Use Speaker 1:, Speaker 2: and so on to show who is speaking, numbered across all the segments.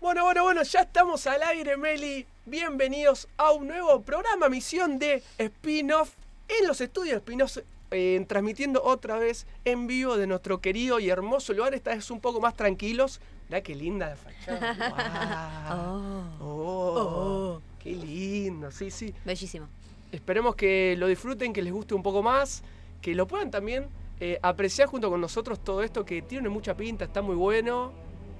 Speaker 1: Bueno, bueno, bueno, ya estamos al aire, Meli. Bienvenidos a un nuevo programa, misión de spin-off en los estudios spin-off, eh, transmitiendo otra vez en vivo de nuestro querido y hermoso lugar. Esta vez un poco más tranquilos. Mirá qué linda la fachada.
Speaker 2: Oh.
Speaker 1: Guau. Oh, qué lindo, sí, sí.
Speaker 2: Bellísimo.
Speaker 1: Esperemos que lo disfruten, que les guste un poco más, que lo puedan también eh, apreciar junto con nosotros todo esto que tiene mucha pinta, está muy bueno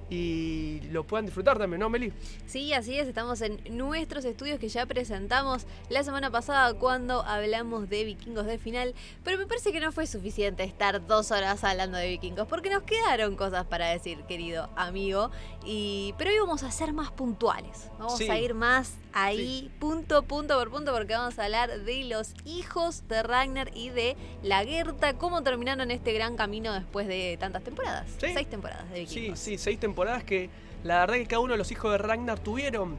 Speaker 1: y lo puedan disfrutar también, ¿no, Meli?
Speaker 2: Sí, así es, estamos en nuestros estudios que ya presentamos la semana pasada cuando hablamos de vikingos del final, pero me parece que no fue suficiente estar dos horas hablando de vikingos, porque nos quedaron cosas para decir, querido amigo, y... pero hoy vamos a ser más puntuales, vamos
Speaker 1: Sí.
Speaker 2: a ir más ahí, punto, punto por punto, porque vamos a hablar de los hijos de Ragnar y de la Gerta, cómo terminaron este gran camino después de tantas temporadas,
Speaker 1: Sí.
Speaker 2: seis temporadas de
Speaker 1: Sí,
Speaker 2: vikingos.
Speaker 1: sí, seis temporadas que la verdad que cada uno de los hijos de Ragnar tuvieron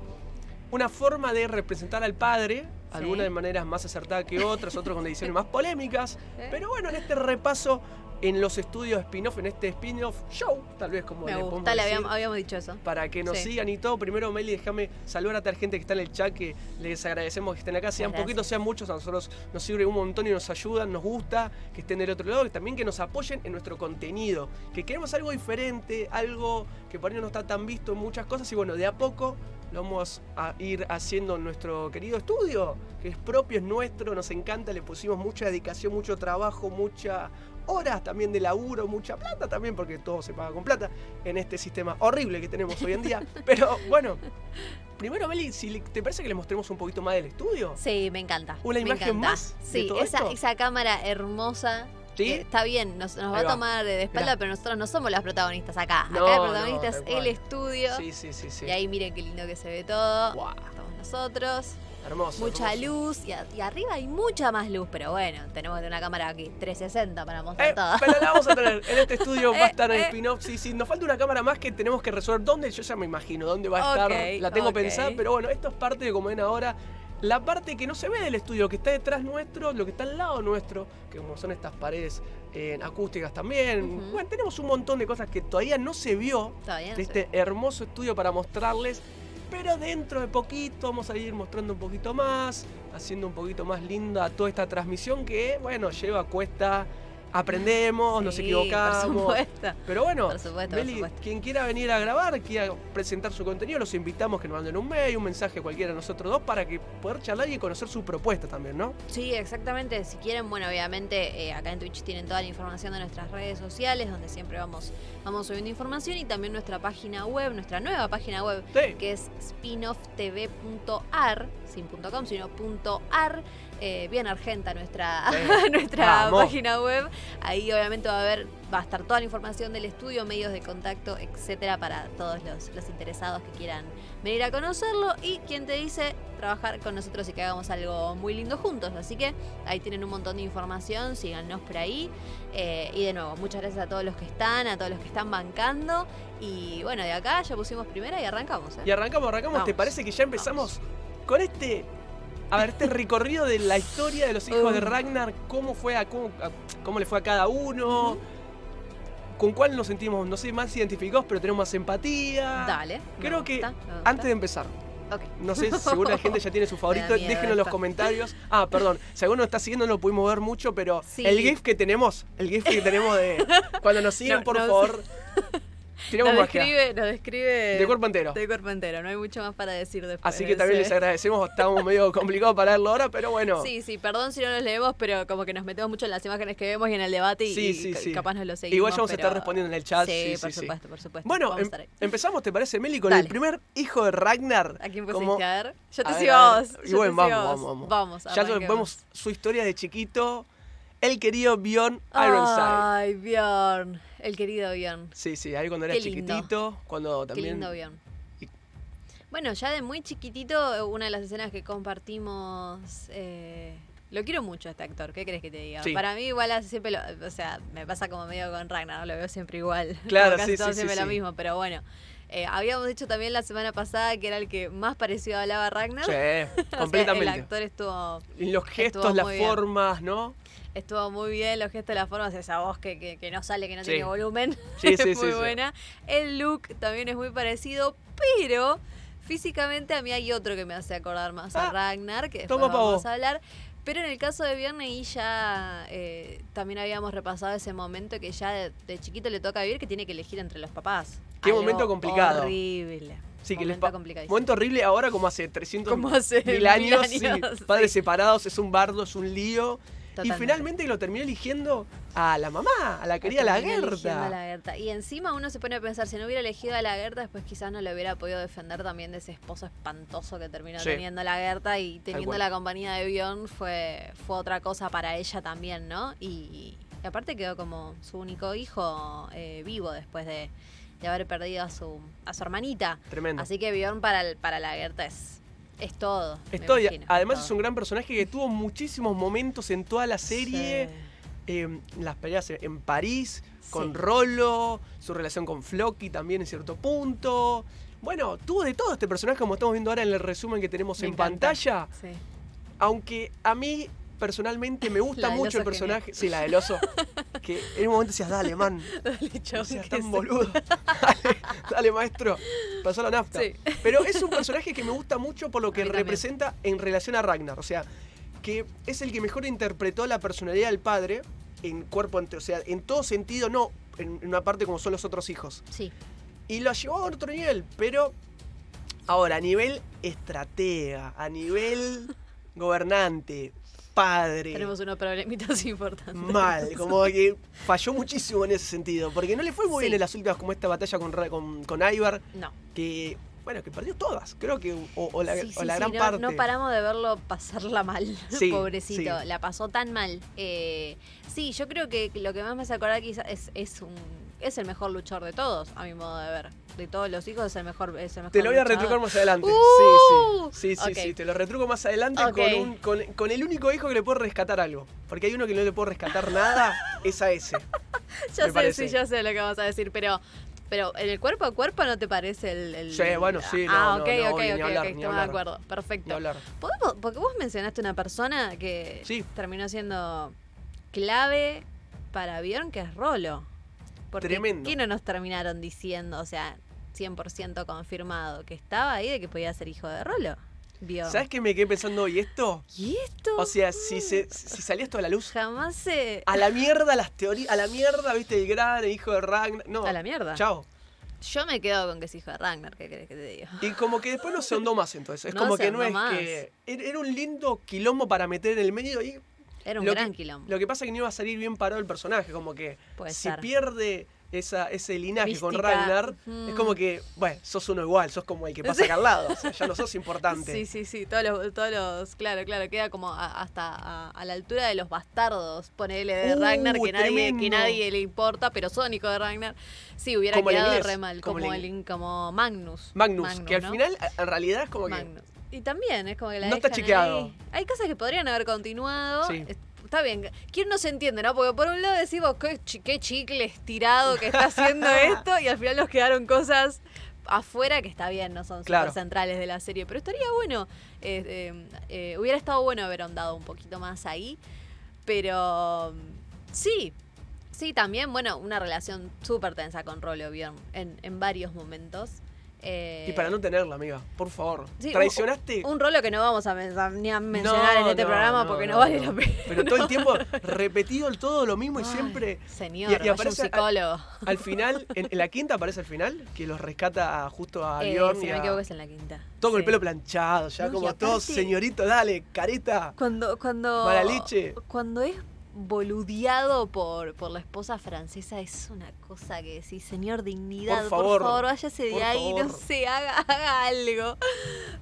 Speaker 1: una forma de representar al padre, algunas de maneras más acertadas que otras, otros con decisiones más polémicas,
Speaker 2: ¿Eh?
Speaker 1: pero bueno, en este repaso en los estudios spin-off, en este spin-off show, tal vez como
Speaker 2: Me
Speaker 1: le podemos
Speaker 2: gusta, le
Speaker 1: decir,
Speaker 2: habíamos, habíamos dicho eso.
Speaker 1: para que nos
Speaker 2: Sí.
Speaker 1: sigan y todo. Primero, Meli, déjame saludar a toda la gente que está en el chat, que les agradecemos que estén acá, sean
Speaker 2: Gracias.
Speaker 1: poquitos, sean muchos, a nosotros nos sirve un montón y nos ayudan, nos gusta que estén del otro lado, que también que nos apoyen en nuestro contenido, que queremos algo diferente, algo que por ahí no está tan visto en muchas cosas y bueno, de a poco lo vamos a ir haciendo en nuestro querido estudio, que es propio, es nuestro, nos encanta, le pusimos mucha dedicación, mucho trabajo, mucha horas también de laburo, mucha plata también, porque todo se paga con plata en este sistema horrible que tenemos hoy en día. Pero bueno, primero, Meli, si le- te parece que le mostremos un poquito más del estudio.
Speaker 2: Sí, me encanta.
Speaker 1: ¿Una
Speaker 2: me
Speaker 1: imagen
Speaker 2: encanta.
Speaker 1: más de
Speaker 2: Sí,
Speaker 1: todo
Speaker 2: esa,
Speaker 1: esto?
Speaker 2: esa cámara hermosa.
Speaker 1: ¿Sí?
Speaker 2: que Está bien, nos, nos va
Speaker 1: Ahí
Speaker 2: a
Speaker 1: va.
Speaker 2: tomar de espalda,
Speaker 1: Mirá.
Speaker 2: pero nosotros no somos las protagonistas acá.
Speaker 1: No, no,
Speaker 2: acá el protagonista es
Speaker 1: tal cual.
Speaker 2: el estudio.
Speaker 1: Sí, sí, sí, sí.
Speaker 2: Y ahí miren qué lindo que se ve todo.
Speaker 1: Guau,
Speaker 2: Estamos nosotros.
Speaker 1: hermoso.
Speaker 2: Mucha
Speaker 1: hermoso.
Speaker 2: luz. Y, a- y arriba hay mucha más luz, pero bueno, tenemos una cámara aquí 360 para mostrar
Speaker 1: Eh,
Speaker 2: todo.
Speaker 1: pero la vamos a tener. En este estudio va a
Speaker 2: Eh,
Speaker 1: estar el
Speaker 2: eh.
Speaker 1: spin-off. Sí, sí, nos falta una cámara más que tenemos que resolver. ¿Dónde? Yo ya me imagino dónde va a estar.
Speaker 2: Ok,
Speaker 1: la tengo
Speaker 2: ok.
Speaker 1: pensada, pero bueno, esto es parte de como ven ahora. La parte que no se ve del estudio, que está detrás nuestro, lo que está al lado nuestro, que como son estas paredes eh, acústicas también.
Speaker 2: Ujú.
Speaker 1: Bueno, tenemos un montón de cosas que todavía no se vio
Speaker 2: Está bien.
Speaker 1: de este hermoso estudio para mostrarles. Pero dentro de poquito vamos a ir mostrando un poquito más, haciendo un poquito más linda toda esta transmisión que, bueno, lleva cuesta. Aprendemos, nos
Speaker 2: Sí, Por
Speaker 1: equivocamos.
Speaker 2: supuesto.
Speaker 1: Pero bueno,
Speaker 2: Por supuesto, por
Speaker 1: Meli,
Speaker 2: supuesto.
Speaker 1: quien quiera venir a grabar, quiera presentar su contenido, los invitamos que nos manden un mail, un mensaje cualquiera de nosotros dos para que poder charlar y conocer su propuesta también, ¿no?
Speaker 2: Sí, exactamente. Si quieren, bueno, obviamente eh, acá en Twitch tienen toda la información de nuestras redes sociales, donde siempre vamos, vamos subiendo información y también nuestra página web, nuestra nueva página web,
Speaker 1: Sí.
Speaker 2: que es spinofftv.ar, sin punto .com, sino punto .ar. Eh, bien argenta nuestra,
Speaker 1: Sí.
Speaker 2: nuestra
Speaker 1: Vamos.
Speaker 2: página web. Ahí obviamente va a haber, va a estar toda la información del estudio, medios de contacto, etcétera, para todos los, los interesados que quieran venir a conocerlo y quien te dice trabajar con nosotros y que hagamos algo muy lindo juntos. Así que ahí tienen un montón de información, síganos por ahí. Eh, y de nuevo, muchas gracias a todos los que están, a todos los que están bancando. Y bueno, de acá ya pusimos primera y arrancamos. ¿eh?
Speaker 1: Y arrancamos, arrancamos. ¿Te
Speaker 2: Vamos,
Speaker 1: parece que ya empezamos con este, a ver, este recorrido de la historia de los hijos
Speaker 2: Uh.
Speaker 1: de Ragnar? ¿Cómo fue a, cómo, a- cómo le fue a cada uno? ¿Con cuál nos sentimos, no sé, más identificados, pero tenemos más empatía?
Speaker 2: Dale. me
Speaker 1: Creo que
Speaker 2: gusta, me gusta.
Speaker 1: Antes de empezar,
Speaker 2: Ok.
Speaker 1: no sé, seguro la gente ya tiene su favorito,
Speaker 2: Me da miedo
Speaker 1: déjenlo en los
Speaker 2: esto.
Speaker 1: comentarios. Ah, perdón, si alguno está siguiendo no lo pudimos ver mucho, pero
Speaker 2: Sí.
Speaker 1: el GIF que tenemos, el GIF que tenemos de cuando nos siguen,
Speaker 2: No,
Speaker 1: por
Speaker 2: no sé.
Speaker 1: favor, tiramos
Speaker 2: Nos
Speaker 1: magia.
Speaker 2: describe, nos describe
Speaker 1: De cuerpo entero.
Speaker 2: de cuerpo entero, no hay mucho más para decir después.
Speaker 1: Así que también les
Speaker 2: sí.
Speaker 1: agradecemos, estábamos medio complicados para verlo ahora, pero bueno.
Speaker 2: Sí, sí, perdón si no los leemos, pero como que nos metemos mucho en las imágenes que vemos y en el debate y,
Speaker 1: Sí,
Speaker 2: y
Speaker 1: sí,
Speaker 2: ca-
Speaker 1: sí.
Speaker 2: capaz nos lo seguimos.
Speaker 1: Igual ya vamos a estar
Speaker 2: pero-
Speaker 1: respondiendo en el chat, sí, sí,
Speaker 2: por
Speaker 1: sí.
Speaker 2: supuesto, por supuesto.
Speaker 1: Bueno,
Speaker 2: Vamos a
Speaker 1: em-
Speaker 2: estar ahí.
Speaker 1: empezamos, ¿te parece, Meli? Con el
Speaker 2: Dale.
Speaker 1: primer hijo de Ragnar.
Speaker 2: ¿A quién pusiste?
Speaker 1: como-
Speaker 2: a ver. Yo te
Speaker 1: a ver,
Speaker 2: sigo
Speaker 1: a
Speaker 2: a
Speaker 1: ver.
Speaker 2: vos.
Speaker 1: Y
Speaker 2: yo
Speaker 1: bueno,
Speaker 2: te
Speaker 1: vamos,
Speaker 2: sigo a vos.
Speaker 1: vamos,
Speaker 2: vamos.
Speaker 1: ya lo-
Speaker 2: arranquemos.
Speaker 1: vemos su historia de chiquito, el querido Bjorn
Speaker 2: Ah.
Speaker 1: Ironside.
Speaker 2: Ay, Bjorn. El querido Bjorn.
Speaker 1: Sí, sí, ahí cuando era
Speaker 2: Qué lindo.
Speaker 1: chiquitito, cuando
Speaker 2: Qué
Speaker 1: también...
Speaker 2: lindo Bjorn.
Speaker 1: y-
Speaker 2: Bueno, ya de muy chiquitito, una de las escenas que compartimos. eh, lo quiero mucho a este actor, ¿qué crees que te diga?
Speaker 1: Sí.
Speaker 2: Para mí, igual hace siempre lo- O sea, me pasa como medio con Ragnar, ¿no? lo veo siempre igual. Como
Speaker 1: Claro,
Speaker 2: casi
Speaker 1: sí,
Speaker 2: todo
Speaker 1: sí, sí,
Speaker 2: siempre lo
Speaker 1: sí.
Speaker 2: mismo, pero bueno. Eh, habíamos dicho también la semana pasada que era el que más parecido hablaba a Ragnar. O sea,
Speaker 1: Sí,
Speaker 2: el
Speaker 1: completamente.
Speaker 2: actor estuvo,
Speaker 1: Los gestos,
Speaker 2: estuvo
Speaker 1: las
Speaker 2: muy bien.
Speaker 1: formas, ¿no?
Speaker 2: estuvo muy bien, los gestos, las formas, esa voz que, que, que no sale, que no
Speaker 1: Sí.
Speaker 2: tiene volumen.
Speaker 1: Sí, sí,
Speaker 2: es
Speaker 1: sí,
Speaker 2: muy
Speaker 1: sí.
Speaker 2: buena. El look también es muy parecido, pero físicamente a mí hay otro que me hace acordar más a
Speaker 1: Ah,
Speaker 2: Ragnar, que después
Speaker 1: toma pa'
Speaker 2: vamos
Speaker 1: vos.
Speaker 2: a hablar. Pero en el caso de Viernes y ya eh, también habíamos repasado ese momento que ya de, de chiquito le toca vivir, que tiene que elegir entre los papás.
Speaker 1: Qué
Speaker 2: Algo
Speaker 1: momento complicado.
Speaker 2: Horrible.
Speaker 1: Sí, que les
Speaker 2: momento
Speaker 1: pa-
Speaker 2: complicadísimo.
Speaker 1: Momento horrible ahora como hace 300
Speaker 2: Como hace mil
Speaker 1: mil años. sí.
Speaker 2: años, sí.
Speaker 1: Padres separados, es un bardo, es un lío.
Speaker 2: Totalmente.
Speaker 1: Y finalmente lo terminó eligiendo a la mamá, a la querida
Speaker 2: Termina eligiendo a
Speaker 1: Lagerta.
Speaker 2: Lagertha. Y encima uno se pone a pensar, si no hubiera elegido a Lagerta, después quizás no le hubiera podido defender también de ese esposo espantoso que terminó
Speaker 1: Sí.
Speaker 2: teniendo Lagerta y teniendo
Speaker 1: cual.
Speaker 2: la compañía de Bion fue, fue otra cosa para ella también, ¿no? Y, y aparte quedó como su único hijo eh, vivo después de, de haber perdido a su, a su hermanita.
Speaker 1: Tremendo.
Speaker 2: Así que Bion para, el- para Lagerta es, es todo. me
Speaker 1: Estoy,
Speaker 2: imagino,
Speaker 1: además
Speaker 2: todo.
Speaker 1: es un gran personaje que tuvo muchísimos momentos en toda la serie. eh, las peleas en París, con
Speaker 2: Sí.
Speaker 1: Rolo, su relación con Floki también en cierto punto. Bueno, tuvo de todo este personaje, como estamos viendo ahora en el resumen que tenemos
Speaker 2: Me
Speaker 1: en
Speaker 2: encanta.
Speaker 1: pantalla.
Speaker 2: Sí.
Speaker 1: Aunque a mí personalmente me
Speaker 2: La
Speaker 1: gusta
Speaker 2: del
Speaker 1: mucho el
Speaker 2: oso genial.
Speaker 1: personaje. Sí, la del oso. que en un momento decías, dale, man.
Speaker 2: Dale,
Speaker 1: No
Speaker 2: chabón,
Speaker 1: seas
Speaker 2: que
Speaker 1: tan
Speaker 2: se-
Speaker 1: boludo. Dale, dale, maestro. Pasó la nafta.
Speaker 2: Sí.
Speaker 1: Pero es un personaje que me gusta mucho por lo que
Speaker 2: mí también.
Speaker 1: representa en relación a Ragnar. O sea, que es el que mejor interpretó la personalidad del padre en cuerpo, ente- o sea, en todo sentido, no en en una parte como son los otros hijos.
Speaker 2: Sí.
Speaker 1: Y lo llevó a otro nivel, pero ahora, a nivel estratega, a nivel gobernante, padre.
Speaker 2: Tenemos unos problemitas importantes.
Speaker 1: Mal, como que falló muchísimo en ese sentido, porque no le fue muy
Speaker 2: Sí.
Speaker 1: bien en las últimas, como esta batalla con, Ra- con, con Ivar,
Speaker 2: No.
Speaker 1: que, bueno, que perdió todas, creo que, o, o la,
Speaker 2: Sí, sí,
Speaker 1: o la
Speaker 2: sí,
Speaker 1: gran
Speaker 2: no,
Speaker 1: parte.
Speaker 2: no paramos de verlo pasarla mal.
Speaker 1: Sí,
Speaker 2: Pobrecito,
Speaker 1: sí.
Speaker 2: la pasó tan mal. Eh, sí, yo creo que lo que más me hace acordar quizás es, es un es el mejor luchador de todos, a mi modo de ver. De todos los hijos es el mejor, es el mejor
Speaker 1: Te lo voy a
Speaker 2: luchador.
Speaker 1: retrucar más adelante.
Speaker 2: ¡Uh!
Speaker 1: sí, sí. Sí, sí,
Speaker 2: Ok.
Speaker 1: sí, te lo retruco más adelante
Speaker 2: Ok.
Speaker 1: con, un- con, con el único hijo que le puedo rescatar algo. Porque hay uno que no le puedo rescatar nada, es a ese.
Speaker 2: Ya
Speaker 1: me
Speaker 2: sé,
Speaker 1: parece.
Speaker 2: sí, ya sé lo que vas a decir, pero pero en el cuerpo a cuerpo no te parece el. el-
Speaker 1: Sí, bueno, sí, no,
Speaker 2: Ah,
Speaker 1: no,
Speaker 2: ok,
Speaker 1: no,
Speaker 2: ok,
Speaker 1: ni
Speaker 2: ok,
Speaker 1: hablar,
Speaker 2: ok,
Speaker 1: ni
Speaker 2: estamos de
Speaker 1: hablar.
Speaker 2: acuerdo. Perfecto.
Speaker 1: Ni hablar.
Speaker 2: ¿Podemos- porque vos mencionaste una persona que
Speaker 1: Sí.
Speaker 2: terminó siendo clave para Bjorn, que es Rolo. Porque
Speaker 1: Tremendo.
Speaker 2: ¿Qué no nos terminaron diciendo? O sea, 100% confirmado que estaba ahí de que podía ser hijo de Rolo. Bjorn.
Speaker 1: ¿Sabes qué me quedé pensando hoy esto?
Speaker 2: ¿Y esto?
Speaker 1: O sea, Ah, si, se, si salía esto a la luz,
Speaker 2: Jamás se.
Speaker 1: a la mierda las teorías, a la mierda, viste, el gran el hijo de Ragnar. No,
Speaker 2: A la mierda.
Speaker 1: chao.
Speaker 2: Yo me quedo con que es hijo de Ragnar, ¿qué crees que te diga?
Speaker 1: Y como que después no se ahondó más entonces. Es
Speaker 2: No
Speaker 1: como
Speaker 2: se
Speaker 1: que no
Speaker 2: ahondó
Speaker 1: es
Speaker 2: más.
Speaker 1: que. Era era un lindo quilombo para meter en el medio y
Speaker 2: Era un
Speaker 1: Lo
Speaker 2: gran
Speaker 1: que-
Speaker 2: quilombo.
Speaker 1: lo que pasa es que no iba a salir bien parado el personaje. Como que
Speaker 2: Puede
Speaker 1: si
Speaker 2: ser.
Speaker 1: pierde esa, ese linaje con
Speaker 2: Mística.
Speaker 1: Ragnar,
Speaker 2: Mm.
Speaker 1: es como que, bueno, sos uno igual, sos como el que pasa acá al lado. O sea, ya no sos importante.
Speaker 2: Sí, sí, sí, todos los, todos los- claro, claro, queda como a- hasta a, a la altura de los bastardos, ponele de
Speaker 1: Uh,
Speaker 2: Ragnar, que nadie, que
Speaker 1: tremendo.
Speaker 2: nadie le importa, pero Sónico de Ragnar, sí, hubiera
Speaker 1: Como el
Speaker 2: quedado
Speaker 1: inglés,
Speaker 2: re mal,
Speaker 1: como
Speaker 2: como,
Speaker 1: el
Speaker 2: el in- como Magnus.
Speaker 1: Magnus, que al
Speaker 2: ¿no?
Speaker 1: final, a- en realidad es como que.
Speaker 2: Magnus. Y también es como que la
Speaker 1: No está
Speaker 2: dejan
Speaker 1: chequeado.
Speaker 2: ahí. Hay cosas que podrían haber continuado.
Speaker 1: Sí.
Speaker 2: Es- Está bien, ¿quién no se entiende, no? Porque por un lado decimos, qué, chi- qué chicle estirado que está haciendo esto, y al final nos quedaron cosas afuera que está bien, no son
Speaker 1: Claro.
Speaker 2: super centrales de la serie. Pero estaría bueno, eh, eh, eh, hubiera estado bueno haber ahondado un poquito más ahí. Pero mm, sí, sí, también, bueno, una relación súper tensa con Rolo Bjorn en, en varios momentos. Eh,
Speaker 1: Y para no tenerla, amiga, por favor.
Speaker 2: Sí, un-
Speaker 1: Traicionaste.
Speaker 2: un rolo que no vamos a men- a- ni a mencionar en
Speaker 1: No,
Speaker 2: este
Speaker 1: no,
Speaker 2: programa
Speaker 1: no,
Speaker 2: porque no,
Speaker 1: no,
Speaker 2: vale
Speaker 1: no.
Speaker 2: la pena.
Speaker 1: Pero todo el tiempo repetido el todo lo mismo y
Speaker 2: Ay,
Speaker 1: siempre.
Speaker 2: Señor,
Speaker 1: y
Speaker 2: vaya
Speaker 1: aparece-
Speaker 2: un psicólogo.
Speaker 1: Al final, en, en la quinta aparece al final, que los rescata a- justo a
Speaker 2: Eh,
Speaker 1: Bjorn. y
Speaker 2: si no me
Speaker 1: a-
Speaker 2: equivoco es en la quinta.
Speaker 1: Todo con el
Speaker 2: Sí.
Speaker 1: pelo planchado, ya
Speaker 2: No, y
Speaker 1: como todo,
Speaker 2: aparte-
Speaker 1: señorito, dale, careta.
Speaker 2: Cuando, cuando.
Speaker 1: Mala leche.
Speaker 2: Cuando es boludeado por, por la esposa francesa es una cosa que decís, señor dignidad, por
Speaker 1: Por
Speaker 2: favor,
Speaker 1: favor,
Speaker 2: váyase de
Speaker 1: por
Speaker 2: ahí, no
Speaker 1: favor.
Speaker 2: sé, haga, haga algo.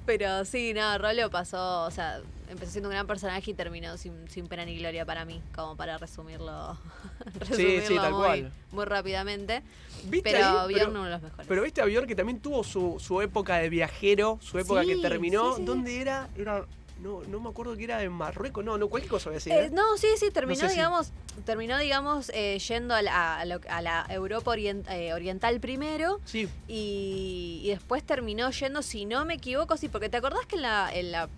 Speaker 2: Pero sí, no, Rolo pasó, o sea, empezó siendo un gran personaje y terminó sin, sin pena ni gloria para mí, como para resumirlo,
Speaker 1: Sí, sí,
Speaker 2: resumirlo
Speaker 1: tal
Speaker 2: muy,
Speaker 1: cual.
Speaker 2: muy rápidamente.
Speaker 1: ¿Viste
Speaker 2: Pero
Speaker 1: ahí?
Speaker 2: Bjorn uno de los mejores.
Speaker 1: Pero viste a Bjorn que también tuvo su, su época de viajero, su época que
Speaker 2: Sí,
Speaker 1: terminó.
Speaker 2: sí, sí.
Speaker 1: ¿Dónde era? Era. No, no me acuerdo que era en Marruecos, no, no, cualquier cosa voy a decir.
Speaker 2: Eh,
Speaker 1: ¿eh?
Speaker 2: no, sí, sí, terminó,
Speaker 1: sé si-
Speaker 2: digamos, terminó, digamos, eh, yendo a la, a lo- a la Europa orient- eh, Oriental primero
Speaker 1: Sí,
Speaker 2: y, y después terminó yendo, si no me equivoco, sí, porque te acordás que en, la, en la-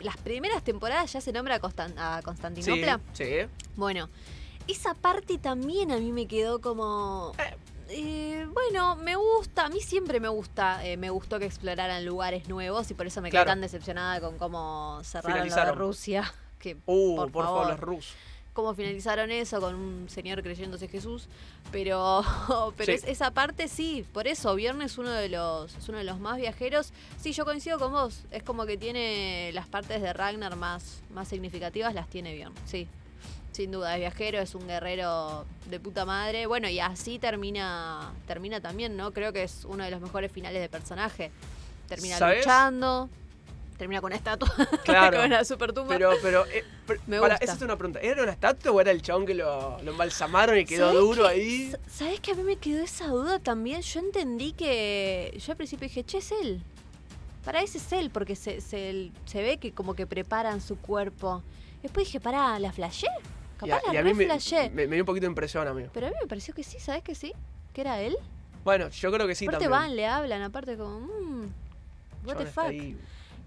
Speaker 2: las primeras temporadas ya se nombra a, Constan- a
Speaker 1: sí,
Speaker 2: Constantinopla.
Speaker 1: sí.
Speaker 2: Bueno, esa parte también a mí me quedó como... eh, bueno, me gusta, a mí siempre me gusta, eh, me gustó que exploraran lugares nuevos y por eso me quedé
Speaker 1: Claro.
Speaker 2: tan decepcionada con cómo cerraron lo de
Speaker 1: Finalizaron.
Speaker 2: Rusia. Que
Speaker 1: Uh, por,
Speaker 2: Por
Speaker 1: favor,
Speaker 2: favor.
Speaker 1: los rusos.
Speaker 2: cómo finalizaron eso con un señor creyéndose Jesús, pero,
Speaker 1: Sí.
Speaker 2: pero es- esa parte sí, por eso Viernes es uno de los es uno de los más viajeros. Sí, yo coincido con vos, es como que tiene las partes de Ragnar más más significativas las tiene Bjorn, sí. Sin duda, es viajero, es un guerrero de puta madre. Bueno, y así termina termina también, ¿no? Creo que es uno de los mejores finales de personaje. Termina
Speaker 1: ¿Sabés?
Speaker 2: luchando, termina con una estatua,
Speaker 1: Claro.
Speaker 2: con una super tumba.
Speaker 1: Pero, pero, eh, pero-
Speaker 2: Me
Speaker 1: pará,
Speaker 2: gusta.
Speaker 1: esa es una pregunta. ¿Era una estatua o era el chabón que lo, lo embalsamaron y quedó
Speaker 2: ¿Sabés
Speaker 1: duro
Speaker 2: qué?
Speaker 1: ahí?
Speaker 2: S- ¿Sabés que a mí me quedó esa duda también? Yo entendí que. Yo al principio dije, che, es él. Para ese es él, porque se, se, se ve que como que preparan su cuerpo. Después dije, pará, ¿la flashé?
Speaker 1: Y a-
Speaker 2: Capaz
Speaker 1: y
Speaker 2: la
Speaker 1: a mí
Speaker 2: re
Speaker 1: me,
Speaker 2: flashé.
Speaker 1: me- me dio un poquito de impresión, amigo.
Speaker 2: Pero a mí me pareció que sí, ¿sabés que sí? Que era él.
Speaker 1: Bueno, yo creo que sí
Speaker 2: aparte
Speaker 1: también.
Speaker 2: van, le hablan, aparte como, mmm, what
Speaker 1: Chabón
Speaker 2: the
Speaker 1: está
Speaker 2: fuck.
Speaker 1: ahí.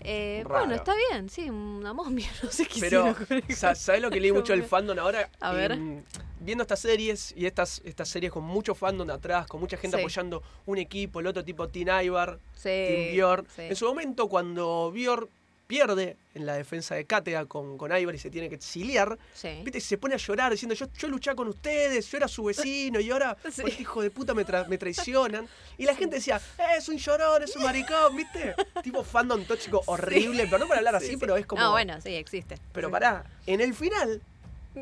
Speaker 2: Eh,
Speaker 1: raro.
Speaker 2: bueno, está bien, sí, una momia, no sé qué
Speaker 1: Pero,
Speaker 2: hicieron con él.
Speaker 1: sa- ¿sabes lo que leí mucho el fandom ahora?
Speaker 2: A ver.
Speaker 1: Em, viendo estas series y estas, estas series con mucho fandom atrás, con mucha gente
Speaker 2: Sí.
Speaker 1: apoyando un equipo, el otro tipo Team Ivar, Team
Speaker 2: Sí,
Speaker 1: Bjorn.
Speaker 2: sí.
Speaker 1: En su momento, cuando Bjorn pierde en la defensa de Cátedra con, con Ivar y se tiene que exiliar,
Speaker 2: Sí.
Speaker 1: viste, se pone a llorar diciendo: Yo, yo luchaba con ustedes, yo era su vecino y ahora
Speaker 2: Sí.
Speaker 1: por este hijo de puta me, tra- me traicionan. Y la gente decía: "Eh, Es un llorón, es un maricón, viste. tipo fandom tóxico horrible, perdón para hablar
Speaker 2: Sí,
Speaker 1: así,
Speaker 2: sí.
Speaker 1: pero es como.
Speaker 2: No, bueno, sí, existe.
Speaker 1: Pero
Speaker 2: Sí.
Speaker 1: pará, en el final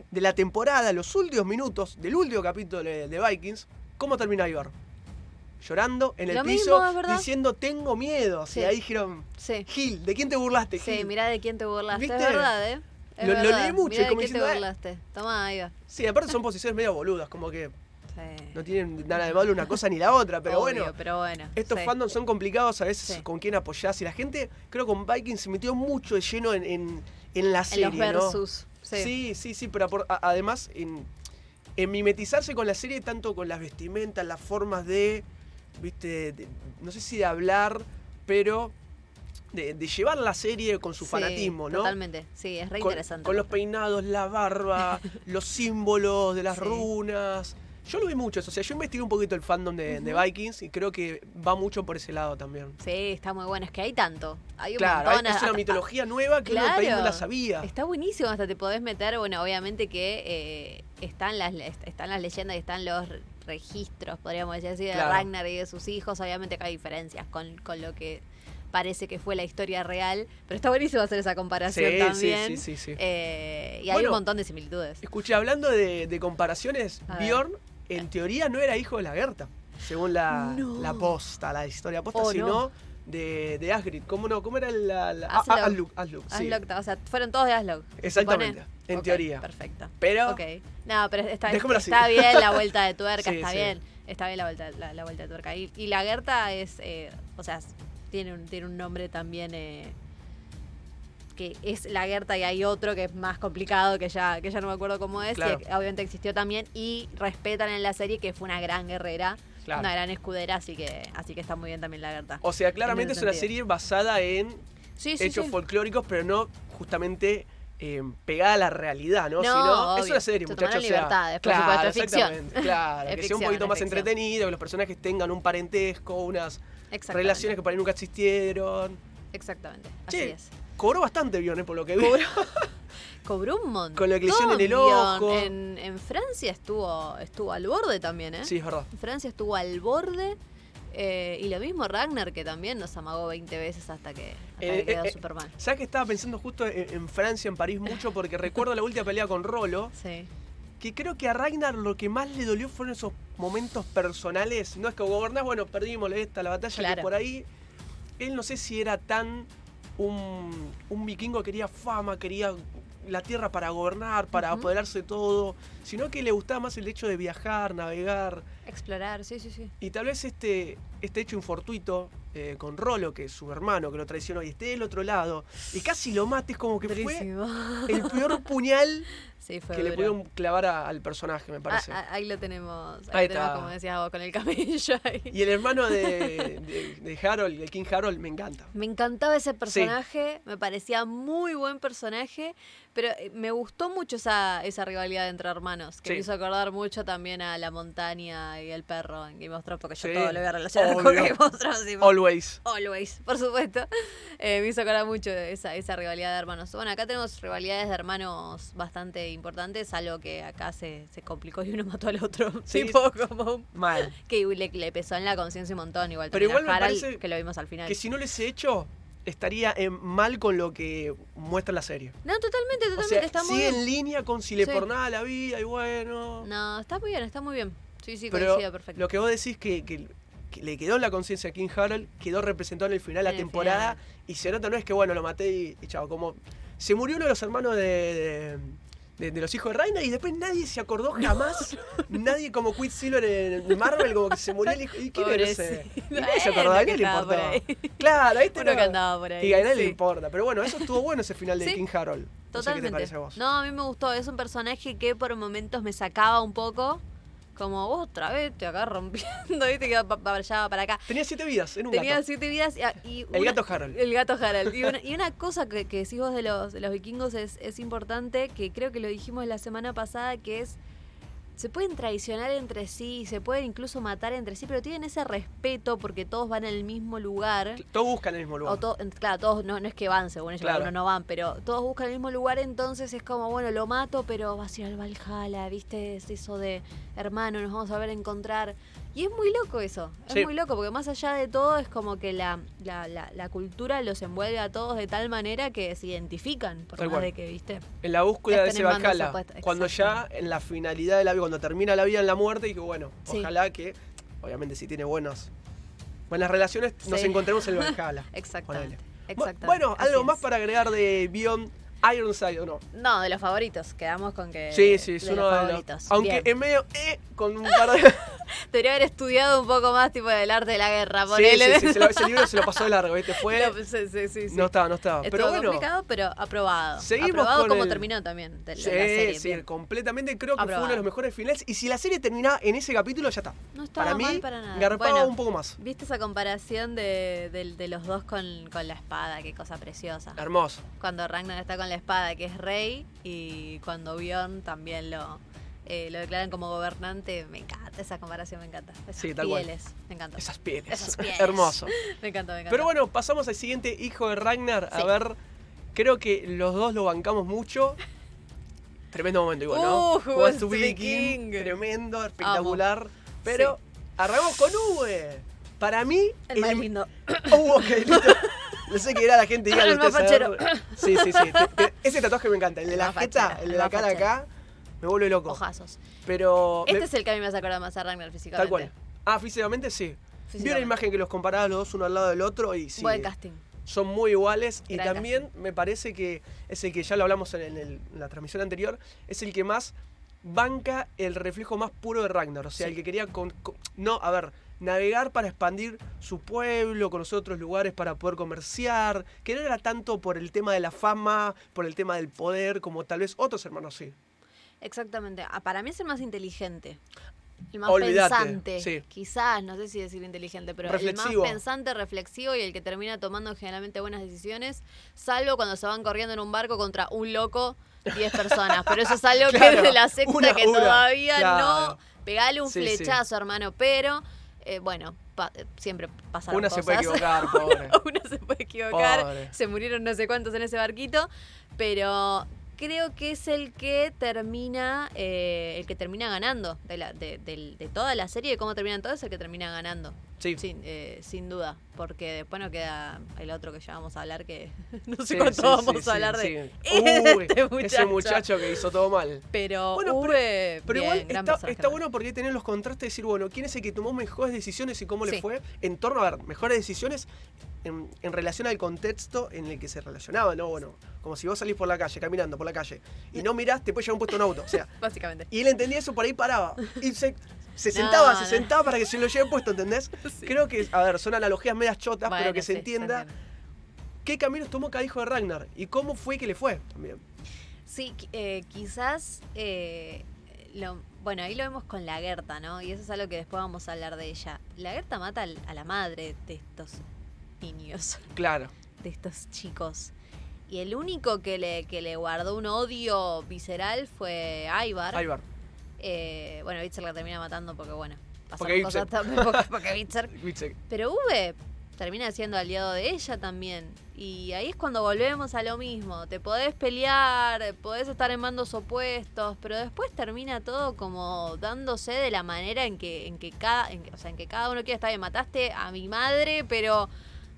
Speaker 1: de la temporada, los últimos minutos del último capítulo de, de Vikings, ¿cómo termina Ivar? Llorando en el
Speaker 2: Lo
Speaker 1: piso,
Speaker 2: mismo, es verdad.
Speaker 1: diciendo tengo miedo. O sea,
Speaker 2: Sí.
Speaker 1: ahí dijeron,
Speaker 2: Sí.
Speaker 1: Gil, ¿de quién te burlaste?
Speaker 2: Sí,
Speaker 1: Gil?".
Speaker 2: mirá de quién te burlaste.
Speaker 1: ¿Viste?
Speaker 2: Es verdad, ¿eh? Es
Speaker 1: Lo- lo
Speaker 2: verdad.
Speaker 1: leí mucho,
Speaker 2: Mirá de
Speaker 1: como
Speaker 2: quién
Speaker 1: diciendo, "Ah".
Speaker 2: te burlaste. Tomá, ahí va.
Speaker 1: Sí, aparte son posiciones medio boludas, como que
Speaker 2: Sí.
Speaker 1: no tienen nada de malo una cosa ni la otra, pero
Speaker 2: Obvio,
Speaker 1: bueno.
Speaker 2: pero bueno.
Speaker 1: Estos
Speaker 2: sí.
Speaker 1: fandoms son complicados a veces
Speaker 2: Sí.
Speaker 1: con quién apoyás y la gente, creo que con Vikings se metió mucho de lleno en, en, en la
Speaker 2: En
Speaker 1: serie,
Speaker 2: los
Speaker 1: ¿no?
Speaker 2: versus. Sí.
Speaker 1: Sí, sí, sí, pero apor- a- además en, en mimetizarse con la serie, tanto con las vestimentas, las formas de, viste, de- no sé si de hablar, pero de, de llevar la serie con su
Speaker 2: Sí,
Speaker 1: fanatismo, ¿no?
Speaker 2: Totalmente. Sí, es re
Speaker 1: Con,
Speaker 2: interesante.
Speaker 1: con los peinados, la barba, los símbolos de las
Speaker 2: Sí.
Speaker 1: runas. Yo lo vi mucho eso, o sea, yo investigué un poquito el fandom de, de Vikings y creo que va mucho por ese lado también.
Speaker 2: Sí, está muy bueno. Es que hay tanto. Hay un
Speaker 1: Claro, hay-
Speaker 2: montón.
Speaker 1: es una
Speaker 2: Ah,
Speaker 1: mitología nueva que uno de
Speaker 2: claro.
Speaker 1: país no la sabía.
Speaker 2: Está buenísimo, hasta te podés meter, bueno, obviamente que eh, están, las, le- están las leyendas y están los re- registros, podríamos decir así, de
Speaker 1: Claro.
Speaker 2: Ragnar y de sus hijos, obviamente que hay diferencias con, con lo que parece que fue la historia real, pero está buenísimo hacer esa comparación también.
Speaker 1: sí, sí, sí.
Speaker 2: Eh, y hay
Speaker 1: Bueno.
Speaker 2: un montón de similitudes.
Speaker 1: Escuché, hablando de, de comparaciones,
Speaker 2: A ver.
Speaker 1: Bjorn en teoría no era hijo de la Gerta, según la,
Speaker 2: No.
Speaker 1: la posta, la historia posta,
Speaker 2: Oh,
Speaker 1: sino
Speaker 2: no.
Speaker 1: de, de Asgrid. ¿Cómo no? ¿Cómo era la, la-
Speaker 2: Aslog.
Speaker 1: A- Aslug, Aslug, sí.
Speaker 2: Aslog, o sea, fueron todos de Aslog. ¿se
Speaker 1: Exactamente,
Speaker 2: supone?
Speaker 1: en
Speaker 2: Ok,
Speaker 1: teoría.
Speaker 2: Perfecto.
Speaker 1: Pero
Speaker 2: Ok. No, pero está,
Speaker 1: Dejémoslo así.
Speaker 2: está bien la vuelta de tuerca,
Speaker 1: Sí,
Speaker 2: está
Speaker 1: sí.
Speaker 2: bien. Está bien la vuelta, la, la vuelta de tuerca. Y, y la Gerta es, eh, o sea, es- tiene un, tiene un nombre también eh, que es la Gerta y hay otro que es más complicado, que ya, que ya no me acuerdo cómo es,
Speaker 1: Claro.
Speaker 2: que obviamente existió también. Y respetan en la serie que fue una gran guerrera,
Speaker 1: claro. Oh,
Speaker 2: una gran escudera, así que, así que está muy bien también la Gerta.
Speaker 1: O sea, claramente
Speaker 2: En
Speaker 1: es
Speaker 2: ese
Speaker 1: una
Speaker 2: sentido.
Speaker 1: serie basada en
Speaker 2: Sí, sí,
Speaker 1: hechos
Speaker 2: sí.
Speaker 1: folclóricos, pero no justamente eh, pegada a la realidad, ¿no?
Speaker 2: No,
Speaker 1: Sino, es
Speaker 2: obvio.
Speaker 1: una serie,
Speaker 2: Se
Speaker 1: muchachos.
Speaker 2: tomaron
Speaker 1: o sea,
Speaker 2: libertades, por
Speaker 1: claro,
Speaker 2: supuesto, es ficción.
Speaker 1: exactamente, Claro, que sea
Speaker 2: Es
Speaker 1: un
Speaker 2: ficción,
Speaker 1: poquito
Speaker 2: es
Speaker 1: más
Speaker 2: ficción.
Speaker 1: entretenido, que los personajes tengan un parentesco, unas
Speaker 2: Exactamente.
Speaker 1: relaciones que para ahí nunca existieron.
Speaker 2: Exactamente, así
Speaker 1: Che,
Speaker 2: es.
Speaker 1: Cobró bastante Bion, eh, por lo que vi.
Speaker 2: Cobró un montón.
Speaker 1: Con la eclisión en el
Speaker 2: Dion.
Speaker 1: ojo.
Speaker 2: En, en Francia estuvo, estuvo al borde también, ¿eh?
Speaker 1: Sí, es verdad.
Speaker 2: En Francia estuvo al borde. eh, y lo mismo Ragnar, que también nos amagó 20 veces hasta que, hasta
Speaker 1: Eh,
Speaker 2: que quedó
Speaker 1: eh, eh.
Speaker 2: Superman.
Speaker 1: ¿Sabes que estaba pensando justo en, en Francia, en París, mucho? Porque recuerdo la última pelea con Rolo,
Speaker 2: Sí.
Speaker 1: que creo que a Ragnar lo que más le dolió fueron esos momentos personales. No es que gobernás, bueno, perdimos esta, la batalla, que
Speaker 2: Claro.
Speaker 1: por ahí. Él no sé si era tan un, un vikingo quería fama, quería la tierra para gobernar, para
Speaker 2: Ujú.
Speaker 1: apoderarse de todo, sino que le gustaba más el hecho de viajar, navegar.
Speaker 2: Explorar, sí, sí, sí.
Speaker 1: Y tal vez este, este hecho infortuito eh, con Rolo, que es su hermano, que lo traicionó y esté del otro lado, y casi lo mate, es como que
Speaker 2: Durísimo.
Speaker 1: fue el peor puñal
Speaker 2: Sí, fue
Speaker 1: que le
Speaker 2: duro.
Speaker 1: pudieron clavar a- al personaje, me parece.
Speaker 2: Ah, ah, ahí lo tenemos. Ahí,
Speaker 1: Ahí
Speaker 2: lo tenemos,
Speaker 1: está.
Speaker 2: como decías vos, con el cabello ahí.
Speaker 1: Y el hermano de, de- de Harold, de King Harold, me encanta.
Speaker 2: Me encantaba ese personaje, me parecía muy buen personaje, pero eh, me gustó mucho esa, esa rivalidad entre hermanos, que me
Speaker 1: Sí.
Speaker 2: hizo acordar mucho también a la montaña y el perro en Game of Thrones, porque yo
Speaker 1: Sí,
Speaker 2: todo lo voy a relacionar con
Speaker 1: obvio.
Speaker 2: Game of Thrones. tipo,
Speaker 1: Always.
Speaker 2: Always, por supuesto. Eh, me hizo acordar mucho de esa, esa rivalidad de hermanos. Bueno, acá tenemos rivalidades de hermanos bastante importantes, algo que acá se, se complicó y uno mató al otro.
Speaker 1: Sí.
Speaker 2: Tipo, como un-
Speaker 1: Mal.
Speaker 2: que le, le pesó en la conciencia un montón, igual.
Speaker 1: Pero
Speaker 2: también a
Speaker 1: igual me
Speaker 2: Harald,
Speaker 1: parece
Speaker 2: que lo vimos al final.
Speaker 1: Que si no les he hecho, estaría en mal con lo que muestra la serie.
Speaker 2: No, totalmente,
Speaker 1: O
Speaker 2: totalmente.
Speaker 1: sea,
Speaker 2: está muy
Speaker 1: sigue
Speaker 2: bien.
Speaker 1: en línea con si le
Speaker 2: Sí.
Speaker 1: por nada la vida y bueno.
Speaker 2: No, está muy bien, está muy bien. Sí, sí,
Speaker 1: Pero
Speaker 2: coincido, perfecto.
Speaker 1: lo que vos decís que, que- que le quedó en la conciencia a King Harold, quedó representado en el final de
Speaker 2: En
Speaker 1: la
Speaker 2: el
Speaker 1: temporada. Y se nota, no es que bueno, lo maté y, y chao. Como se murió uno de los hermanos de, de- de- de los hijos de Reina y después nadie se acordó jamás. Nadie como Quicksilver en Marvel, como que se murió el hijo. ¿Y quién era ese?
Speaker 2: Pobrecito.
Speaker 1: Y nadie se
Speaker 2: Bueno,
Speaker 1: acordó, ¿a
Speaker 2: que
Speaker 1: quién le
Speaker 2: estaba por
Speaker 1: importaba?
Speaker 2: ahí.
Speaker 1: Claro, ahí
Speaker 2: Uno que andaba por ahí.
Speaker 1: Y a nadie le
Speaker 2: sí.
Speaker 1: importa. Pero bueno, eso estuvo bueno ese final de
Speaker 2: Sí.
Speaker 1: King Harold. No sé qué
Speaker 2: Totalmente.
Speaker 1: te parece a vos.
Speaker 2: No, a mí me gustó. Es un personaje que por momentos me sacaba un poco. Como otra vez te acá rompiendo, viste que va pa- para allá, va para acá.
Speaker 1: Tenía siete vidas en un
Speaker 2: Tenía
Speaker 1: gato.
Speaker 2: siete vidas y, a- y
Speaker 1: El
Speaker 2: una- Eh,
Speaker 1: gato Harold.
Speaker 2: El gato Harald. Y una, y una cosa que, que decís vos de los, de los vikingos es, es importante, que creo que lo dijimos la semana pasada, que es, se pueden traicionar entre sí, se pueden incluso matar entre sí, pero tienen ese respeto porque todos van al mismo lugar.
Speaker 1: Todos buscan el mismo lugar.
Speaker 2: O to- en- claro, todos no, no es que van, según ellos,
Speaker 1: Claro.
Speaker 2: algunos no van, pero todos buscan el mismo lugar, entonces es como, bueno, lo mato, pero vas a ir al Valhalla, ¿viste? Es eso de, hermano, nos vamos a ver a encontrar. Y es muy loco eso, es
Speaker 1: Sí.
Speaker 2: muy loco, porque más allá de todo es como que la, la, la- la cultura los envuelve a todos de tal manera que se identifican, por
Speaker 1: Tal
Speaker 2: más
Speaker 1: cual.
Speaker 2: de que, ¿viste?
Speaker 1: En la búsqueda de
Speaker 2: Están
Speaker 1: ese
Speaker 2: en bandas
Speaker 1: Valhalla.
Speaker 2: opuestas,
Speaker 1: Cuando ya en la finalidad de la vida, cuando termina la vida en la muerte, y que bueno,
Speaker 2: Sí.
Speaker 1: ojalá que, obviamente, si tiene buenos, buenas relaciones, nos
Speaker 2: Sí.
Speaker 1: encontremos en el Valhalla.
Speaker 2: Exactamente.
Speaker 1: Bu-
Speaker 2: exactamente,
Speaker 1: Bueno,
Speaker 2: así
Speaker 1: algo
Speaker 2: es.
Speaker 1: más para agregar de Beyond Ironside, ¿o no?
Speaker 2: No, de los favoritos, quedamos con que...
Speaker 1: Sí, sí, es
Speaker 2: Eh, de
Speaker 1: uno de
Speaker 2: favoritos.
Speaker 1: los. Aunque
Speaker 2: Bien.
Speaker 1: en medio eh, con un par de.
Speaker 2: Debería haber estudiado un poco más, tipo, del arte de la guerra,
Speaker 1: sí, sí,
Speaker 2: Ah, ponele.
Speaker 1: sí, se lo- ese libro se lo pasó de largo, ¿viste? Fue.
Speaker 2: Lo- sí, sí, sí, sí.
Speaker 1: No estaba, no estaba.
Speaker 2: Estuvo
Speaker 1: Pero bueno.
Speaker 2: complicado, pero aprobado.
Speaker 1: seguimos
Speaker 2: aprobado
Speaker 1: con
Speaker 2: como
Speaker 1: el-
Speaker 2: terminó también de la,
Speaker 1: Sí,
Speaker 2: la serie.
Speaker 1: sí,
Speaker 2: bien.
Speaker 1: completamente creo que fue
Speaker 2: Aprobado.
Speaker 1: uno de los mejores finales. Y si la serie terminaba en ese capítulo, ya está.
Speaker 2: No estaba
Speaker 1: Para mí,
Speaker 2: mal para nada.
Speaker 1: garpaba
Speaker 2: Bueno,
Speaker 1: un poco más.
Speaker 2: ¿Viste esa comparación de, del- de los dos con, con la espada? Qué cosa preciosa.
Speaker 1: Hermoso.
Speaker 2: Cuando Ragnar está con la espada, que es rey, y cuando Bjorn también lo, eh, lo declaran como gobernante. Me encanta esa comparación, me encanta. Esas
Speaker 1: Sí, tal cual.
Speaker 2: pieles, me encanta.
Speaker 1: Esas pieles.
Speaker 2: Esas pieles.
Speaker 1: Hermoso.
Speaker 2: Me encanta, me encanta.
Speaker 1: Pero bueno, pasamos al siguiente hijo de Ragnar. A
Speaker 2: Sí.
Speaker 1: ver, creo que los dos lo bancamos mucho. Tremendo momento igual, ¿no?
Speaker 2: Uh, Who Wants to Be King.
Speaker 1: Tremendo, espectacular. Pero arrancamos con V. Para mí,
Speaker 2: el más lindo.
Speaker 1: Uh, ok, listo. No sé qué era la gente diga
Speaker 2: El más fachero.
Speaker 1: Sí, sí, sí. Te- te- Ese tatuaje me encanta. El de
Speaker 2: El
Speaker 1: la
Speaker 2: más
Speaker 1: jeta,
Speaker 2: fachero,
Speaker 1: el de
Speaker 2: el
Speaker 1: la
Speaker 2: más
Speaker 1: cara
Speaker 2: fachero.
Speaker 1: acá, me vuelve loco.
Speaker 2: Ojazos.
Speaker 1: Pero. oh. me-
Speaker 2: Este es el que a mí me hace acordar más a Ragnar físicamente.
Speaker 1: Tal cual. Ah, físicamente sí. Vi una
Speaker 2: Físicamente.
Speaker 1: imagen que los comparaba los dos uno al lado del otro y sí.
Speaker 2: Buen casting.
Speaker 1: son muy iguales y
Speaker 2: Gran
Speaker 1: también me parece que es el que ya lo hablamos en, el- en la transmisión anterior, es el que más banca el reflejo más puro de Ragnar, o sea,
Speaker 2: Sí.
Speaker 1: el que quería con- con- no, a ver, navegar para expandir su pueblo, conocer otros lugares para poder comerciar, que no era tanto por el tema de la fama, por el tema del poder, como tal vez otros hermanos sí.
Speaker 2: Exactamente. Ah, para mí es el más inteligente. El más
Speaker 1: Olvídate,
Speaker 2: pensante.
Speaker 1: sí.
Speaker 2: Quizás, no sé si decir inteligente, pero el
Speaker 1: Reflexivo.
Speaker 2: más pensante, reflexivo y el que termina tomando generalmente buenas decisiones, salvo cuando se van corriendo en un barco contra un loco, 10 personas. Pero eso es algo que
Speaker 1: Claro,
Speaker 2: es de la secta
Speaker 1: una,
Speaker 2: que
Speaker 1: una,
Speaker 2: todavía
Speaker 1: claro.
Speaker 2: no. Pegale un
Speaker 1: Sí, sí.
Speaker 2: flechazo, hermano, pero eh, bueno, pa- eh, siempre pasaron
Speaker 1: Una se
Speaker 2: cosas.
Speaker 1: puede equivocar, pobre.
Speaker 2: Uno se puede equivocar.
Speaker 1: Pobre.
Speaker 2: Se murieron no sé cuántos en ese barquito. Pero creo que es el que termina. eh, el que termina ganando. De, la, de, del- de toda la serie, de cómo terminan todos, es el que termina ganando.
Speaker 1: Sí.
Speaker 2: Sin, eh, sin duda, porque después nos queda el otro que ya vamos a hablar, que no sé
Speaker 1: Sí,
Speaker 2: cuánto
Speaker 1: sí,
Speaker 2: vamos
Speaker 1: sí,
Speaker 2: a hablar
Speaker 1: sí,
Speaker 2: de
Speaker 1: sí.
Speaker 2: este
Speaker 1: Uy, Ese
Speaker 2: muchacho.
Speaker 1: muchacho que hizo todo mal.
Speaker 2: Pero
Speaker 1: Bueno, pero-
Speaker 2: V,
Speaker 1: Pero
Speaker 2: bien,
Speaker 1: igual
Speaker 2: gran
Speaker 1: está,
Speaker 2: personaje,
Speaker 1: está
Speaker 2: ¿no?
Speaker 1: bueno porque tenés los contrastes de decir, bueno, ¿quién es el que tomó mejores decisiones y cómo
Speaker 2: Sí.
Speaker 1: le fue? En torno a ver, mejores decisiones en, en relación al contexto en el que se relacionaba, ¿no? Bueno, como si vos salís por la calle, caminando por la calle, y no mirás, te puede llevar un puesto un auto. O sea,
Speaker 2: Básicamente.
Speaker 1: y él entendía eso, por ahí paraba. Y se, se sentaba,
Speaker 2: No,
Speaker 1: se
Speaker 2: no.
Speaker 1: sentaba para que se lo lleve puesto, ¿entendés? Creo que, a ver, son analogías medias chotas, pero
Speaker 2: Bueno,
Speaker 1: que se
Speaker 2: sí,
Speaker 1: entienda
Speaker 2: entiende.
Speaker 1: qué caminos tomó cada hijo de Ragnar y cómo fue que le fue también.
Speaker 2: Sí, qui- eh, quizás. eh, lo- bueno, ahí lo vemos con la Gerta, ¿no? Y eso es algo que después vamos a hablar de ella. La Gerta mata al- a la madre de estos niños,
Speaker 1: Claro.
Speaker 2: de estos chicos. Y el único que le, que le guardó un odio visceral fue Ivar.
Speaker 1: Ahí va.
Speaker 2: Eh, bueno, Bitzer la termina matando porque, bueno, pasaron
Speaker 1: Porque
Speaker 2: cosas
Speaker 1: Bitzer.
Speaker 2: también porque, porque Bitzer.
Speaker 1: Witzek.
Speaker 2: Pero V termina siendo aliado de ella también. Y ahí es cuando volvemos a lo mismo. Te podés pelear, podés estar en mandos opuestos, pero después termina todo como dándose de la manera en que, en que cada. en que- o sea, en que cada uno quiere estar bien. Mataste a mi madre, pero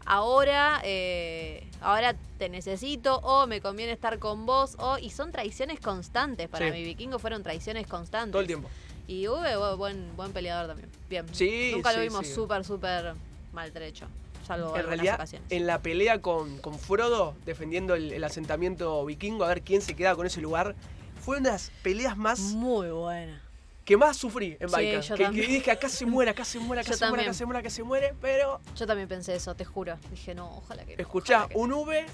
Speaker 2: ahora. eh, ahora te necesito. O me conviene estar con vos. O. Y son traiciones constantes. Para
Speaker 1: Sí.
Speaker 2: mi vikingo fueron traiciones constantes.
Speaker 1: Todo el tiempo.
Speaker 2: Y V, bu- buen, buen peleador también. Bien.
Speaker 1: Sí,
Speaker 2: Nunca lo
Speaker 1: sí,
Speaker 2: vimos
Speaker 1: sí.
Speaker 2: súper, súper maltrecho. Salvo
Speaker 1: En
Speaker 2: algunas
Speaker 1: realidad,
Speaker 2: ocasiones.
Speaker 1: en la pelea con, con Frodo, defendiendo el, el asentamiento vikingo, a ver quién se queda con ese lugar, fue una de las peleas más
Speaker 2: Muy buena.
Speaker 1: que más sufrí en
Speaker 2: Mm. Sí,
Speaker 1: Baika.
Speaker 2: yo
Speaker 1: que,
Speaker 2: también.
Speaker 1: que dije, acá se muere, acá se muere, acá
Speaker 2: Yo
Speaker 1: se muere,
Speaker 2: también.
Speaker 1: acá se muere, acá se muere, pero
Speaker 2: Yo también pensé eso, te juro. Dije, no, ojalá que no.
Speaker 1: escuchá,
Speaker 2: ojalá que no.
Speaker 1: un V,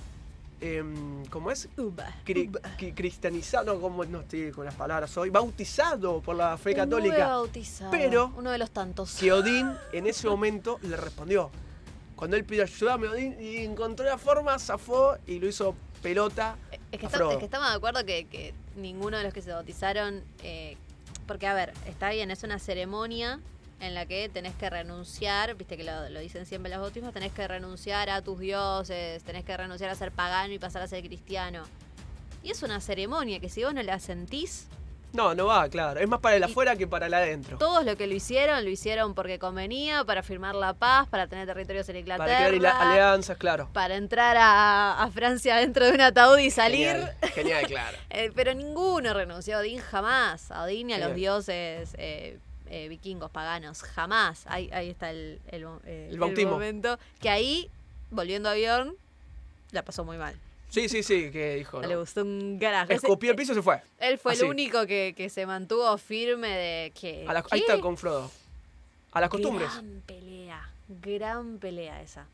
Speaker 1: em, ¿cómo es?
Speaker 2: Uba,
Speaker 1: Cri-
Speaker 2: uba.
Speaker 1: cri- cristianizado, no, como no estoy con las palabras hoy, bautizado por la fe
Speaker 2: Un nuevo
Speaker 1: católica,
Speaker 2: bautizado,
Speaker 1: pero-
Speaker 2: Uno de los tantos.
Speaker 1: que Odín en ese momento le respondió. Cuando él pidió ayuda, me Odín y encontró la forma, zafó y lo hizo pelota.
Speaker 2: Es que,
Speaker 1: A
Speaker 2: está-
Speaker 1: Frodo.
Speaker 2: es que estamos de acuerdo que, que ninguno de los que se bautizaron. eh, porque, a ver, está bien, es una ceremonia en la que tenés que renunciar, viste que lo, lo dicen siempre los bautismos, tenés que renunciar a tus dioses, tenés que renunciar a ser pagano y pasar a ser cristiano. Y es una ceremonia que si vos no la sentís,
Speaker 1: No, no va, claro. Es más para el afuera que para el adentro.
Speaker 2: todos lo que lo hicieron, lo hicieron porque convenía, para firmar la paz, para tener territorios en Inglaterra.
Speaker 1: Para crear ila- alianzas, claro.
Speaker 2: para entrar a, a Francia dentro de un ataúd y salir.
Speaker 1: Genial, genial, claro.
Speaker 2: Eh, pero ninguno renunció a Odín jamás. A Odín y a los
Speaker 1: Genial.
Speaker 2: dioses eh, eh, vikingos paganos. Jamás. Ahí, ahí está el, el, mo- eh,
Speaker 1: El bautismo.
Speaker 2: momento. Que ahí, volviendo a Bjorn, la pasó muy mal.
Speaker 1: Sí, sí, sí, que dijo.
Speaker 2: No le eh,
Speaker 1: ¿no?
Speaker 2: gustó un garaje. Ese-
Speaker 1: Escupió el piso y se fue.
Speaker 2: Él fue
Speaker 1: así.
Speaker 2: el único que, que se mantuvo firme de que.
Speaker 1: A las-
Speaker 2: eh, ¿qué?
Speaker 1: ahí está con Frodo. A las costumbres.
Speaker 2: Gran pelea. Gran pelea esa.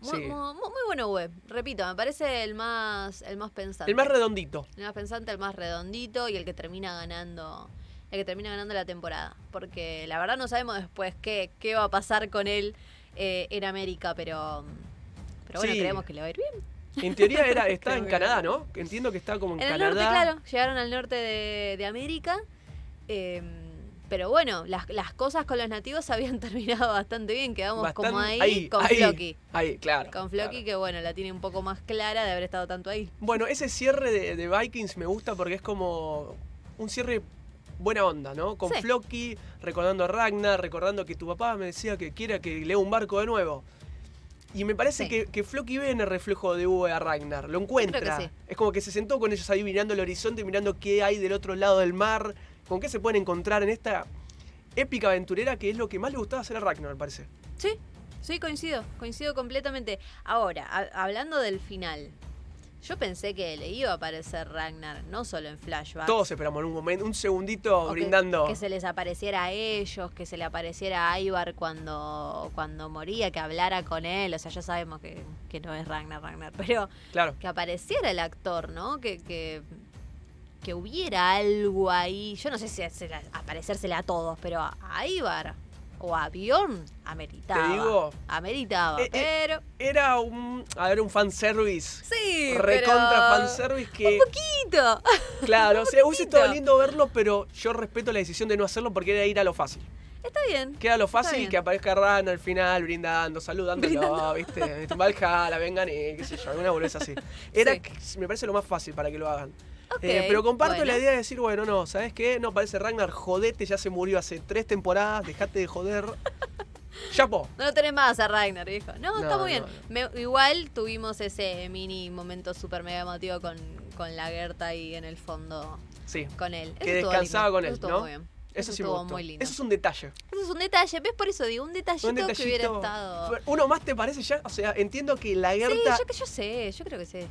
Speaker 2: Muy,
Speaker 1: Sí.
Speaker 2: muy, muy- muy bueno, web. Repito, me parece el más, el más pensante.
Speaker 1: El más redondito.
Speaker 2: El más pensante, el más redondito y el que termina ganando. El que termina ganando la temporada. Porque la verdad no sabemos después qué, qué va a pasar con él eh, en América, pero. Pero bueno,
Speaker 1: Sí.
Speaker 2: creemos que le va a ir bien.
Speaker 1: En teoría era, está
Speaker 2: Creo
Speaker 1: en
Speaker 2: que
Speaker 1: Canadá, ¿no? Entiendo que está como en,
Speaker 2: En el
Speaker 1: Canadá.
Speaker 2: norte, claro, llegaron al norte de, de América. eh, pero bueno, las, las cosas con los nativos habían terminado bastante bien. Quedamos como
Speaker 1: Bastan-
Speaker 2: ahí, con
Speaker 1: ahí,
Speaker 2: Floki.
Speaker 1: Ahí, claro.
Speaker 2: Con
Speaker 1: claro.
Speaker 2: Floki, que bueno, la tiene un poco más clara de haber estado tanto ahí.
Speaker 1: Bueno, ese cierre de, de Vikings me gusta porque es como un cierre buena onda, ¿no? Con
Speaker 2: Sí.
Speaker 1: Floki, recordando a Ragnar, recordando que tu papá me decía que quiera que lea un barco de nuevo. Y me parece
Speaker 2: Sí.
Speaker 1: que, que Floki ve en el reflejo de Uwe a Ragnar, lo encuentra.
Speaker 2: sí.
Speaker 1: Es como que se sentó con ellos ahí mirando el horizonte, mirando qué hay del otro lado del mar, con qué se pueden encontrar en esta épica aventurera que es lo que más le gustaba hacer a Ragnar, me parece.
Speaker 2: Sí, sí, coincido, coincido completamente. Ahora, ha- hablando del final, yo pensé que le iba a aparecer Ragnar, no solo en flashback.
Speaker 1: Todos esperamos en un momento, un segundito
Speaker 2: o que-
Speaker 1: brindando.
Speaker 2: Que, se les apareciera a ellos, que se le apareciera a Ivar cuando, cuando moría, que hablara con él. O sea, ya sabemos que, que no es Ragnar, Ragnar, pero
Speaker 1: Claro.
Speaker 2: que apareciera el actor, ¿no? Que, que, que hubiera algo ahí. Yo no sé si será- aparecérsela a todos, pero a, a Ivar o a Bjorn ameritaba.
Speaker 1: Te digo,
Speaker 2: Ameritaba,
Speaker 1: Eh, eh.
Speaker 2: pero.
Speaker 1: Era un. A ver, un fanservice.
Speaker 2: Sí,
Speaker 1: Recontra
Speaker 2: pero-
Speaker 1: fanservice que.
Speaker 2: Poquito.
Speaker 1: Claro, o sea, hubiese estado
Speaker 2: poquito.
Speaker 1: lindo verlo, pero yo respeto la decisión de no hacerlo porque era ir a lo fácil.
Speaker 2: Está bien.
Speaker 1: Queda lo
Speaker 2: Está
Speaker 1: fácil y
Speaker 2: bien.
Speaker 1: que aparezca Ran al final, brindando, saludándolo, ¿viste? Valhalla, vengan y qué sé yo, alguna boludez así. Era,
Speaker 2: Sí.
Speaker 1: que- me parece lo más fácil para que lo hagan.
Speaker 2: Ok,
Speaker 1: Eh, pero comparto
Speaker 2: bueno.
Speaker 1: la idea de decir, bueno, no, ¿sabes qué? No parece Ragnar, jodete, ya se murió hace tres temporadas, dejate de joder. Chapo.
Speaker 2: No lo tenés más a Ragnar, viejo. No,
Speaker 1: No,
Speaker 2: está muy bien.
Speaker 1: no, no.
Speaker 2: Me- igual tuvimos ese mini momento súper mega emotivo con, con la Gerta ahí en el fondo
Speaker 1: Sí.
Speaker 2: con él. Eso
Speaker 1: Que
Speaker 2: estuvo
Speaker 1: descansaba
Speaker 2: lindo.
Speaker 1: con
Speaker 2: Eso
Speaker 1: él,
Speaker 2: estuvo
Speaker 1: ¿no?
Speaker 2: muy bien.
Speaker 1: Eso, sí me
Speaker 2: estuvo
Speaker 1: gustó.
Speaker 2: muy lindo.
Speaker 1: Eso es un detalle.
Speaker 2: Eso es un detalle. ¿Ves? Por eso digo, un detallito,
Speaker 1: Un
Speaker 2: que hubiera
Speaker 1: detallito.
Speaker 2: estado.
Speaker 1: Fue- Uno más te parece ya. O sea, entiendo que la
Speaker 2: Sí,
Speaker 1: Gerta.
Speaker 2: yo, que- yo sé, yo creo que sé.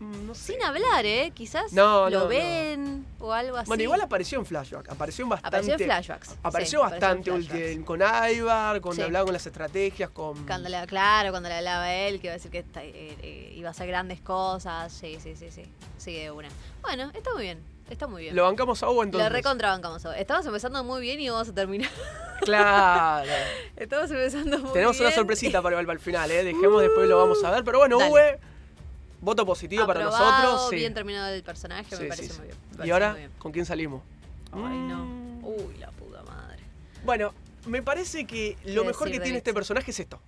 Speaker 1: Mm, No sé.
Speaker 2: Sin hablar, ¿eh? Quizás
Speaker 1: No,
Speaker 2: lo
Speaker 1: no, no.
Speaker 2: ven o algo así.
Speaker 1: Bueno, igual apareció en flashback. Apareció en bastante.
Speaker 2: apareció en flashbacks.
Speaker 1: Apareció
Speaker 2: Sí,
Speaker 1: bastante
Speaker 2: en
Speaker 1: ulti-
Speaker 2: flashbacks.
Speaker 1: con Ivar, con
Speaker 2: Sí.
Speaker 1: hablaba con las estrategias, con.
Speaker 2: Cuando le, claro, cuando le hablaba a él, que iba a decir que esta- eh, eh, iba a hacer grandes cosas. Sí, sí, sí, sí. Sí, de una. Bueno, está muy bien. Está muy bien.
Speaker 1: Lo bancamos a Hugo
Speaker 2: Lo
Speaker 1: entonces.
Speaker 2: recontrabancamos. Estamos empezando muy bien y vamos a terminar.
Speaker 1: Claro.
Speaker 2: Estamos empezando muy
Speaker 1: Tenemos una
Speaker 2: bien. Uh.
Speaker 1: sorpresita para Valve al final, ¿eh? Dejemos, después lo vamos a ver. Pero bueno,
Speaker 2: Dale.
Speaker 1: Uwe, voto positivo para
Speaker 2: Aprobado,
Speaker 1: nosotros. sí.
Speaker 2: bien terminado el personaje,
Speaker 1: Sí,
Speaker 2: me
Speaker 1: sí,
Speaker 2: parece
Speaker 1: sí.
Speaker 2: muy bien. me
Speaker 1: Y
Speaker 2: parece
Speaker 1: ahora,
Speaker 2: muy bien.
Speaker 1: ¿con quién salimos?
Speaker 2: Ay,
Speaker 1: Mm.
Speaker 2: no. Uh. Uy, la puta madre.
Speaker 1: Bueno, me parece que lo
Speaker 2: ¿Qué
Speaker 1: mejor que
Speaker 2: decir de
Speaker 1: tiene
Speaker 2: Nietzsche?
Speaker 1: este personaje es esto.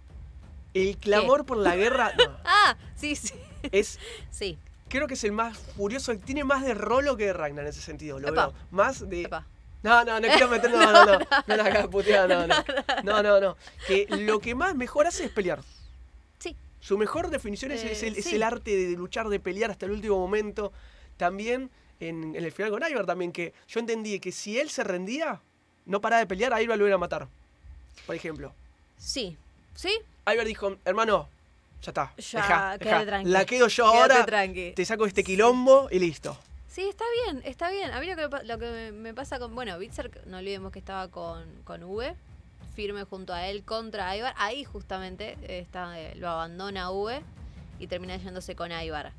Speaker 1: El clamor por la guerra no,
Speaker 2: Ah, sí, sí.
Speaker 1: es
Speaker 2: Sí.
Speaker 1: creo que es el más furioso, tiene más de Rolo que de Ragnar en ese sentido, lo
Speaker 2: Epa.
Speaker 1: veo. Más de
Speaker 2: Epa.
Speaker 1: No, no, no quiero meter no, no, no, no, no la hagas puteada, no, no. No, no, no. Que lo que más mejor hace es pelear.
Speaker 2: Sí.
Speaker 1: Su mejor definición es,
Speaker 2: Eh,
Speaker 1: es el, es
Speaker 2: sí.
Speaker 1: el arte de luchar, de pelear hasta el último momento. También en, en el final con Ivar también, que yo entendí que si él se rendía, no paraba de pelear, a Ivar lo iban a matar. Por ejemplo.
Speaker 2: Sí. ¿Sí?
Speaker 1: Ivar dijo, hermano, ya está.
Speaker 2: Ya,
Speaker 1: dejá,
Speaker 2: quédate
Speaker 1: dejá.
Speaker 2: tranqui.
Speaker 1: La quedo yo
Speaker 2: Quédate
Speaker 1: ahora.
Speaker 2: tranqui.
Speaker 1: Te saco este quilombo y listo.
Speaker 2: Sí, está bien, está bien. A mí lo que, me pa- lo que me- me pasa con. Bueno, Bitzer, no olvidemos que estaba con, con V, firme junto a él contra Ibar. Ahí justamente eh, está, eh, lo abandona V y termina yéndose con Ibar.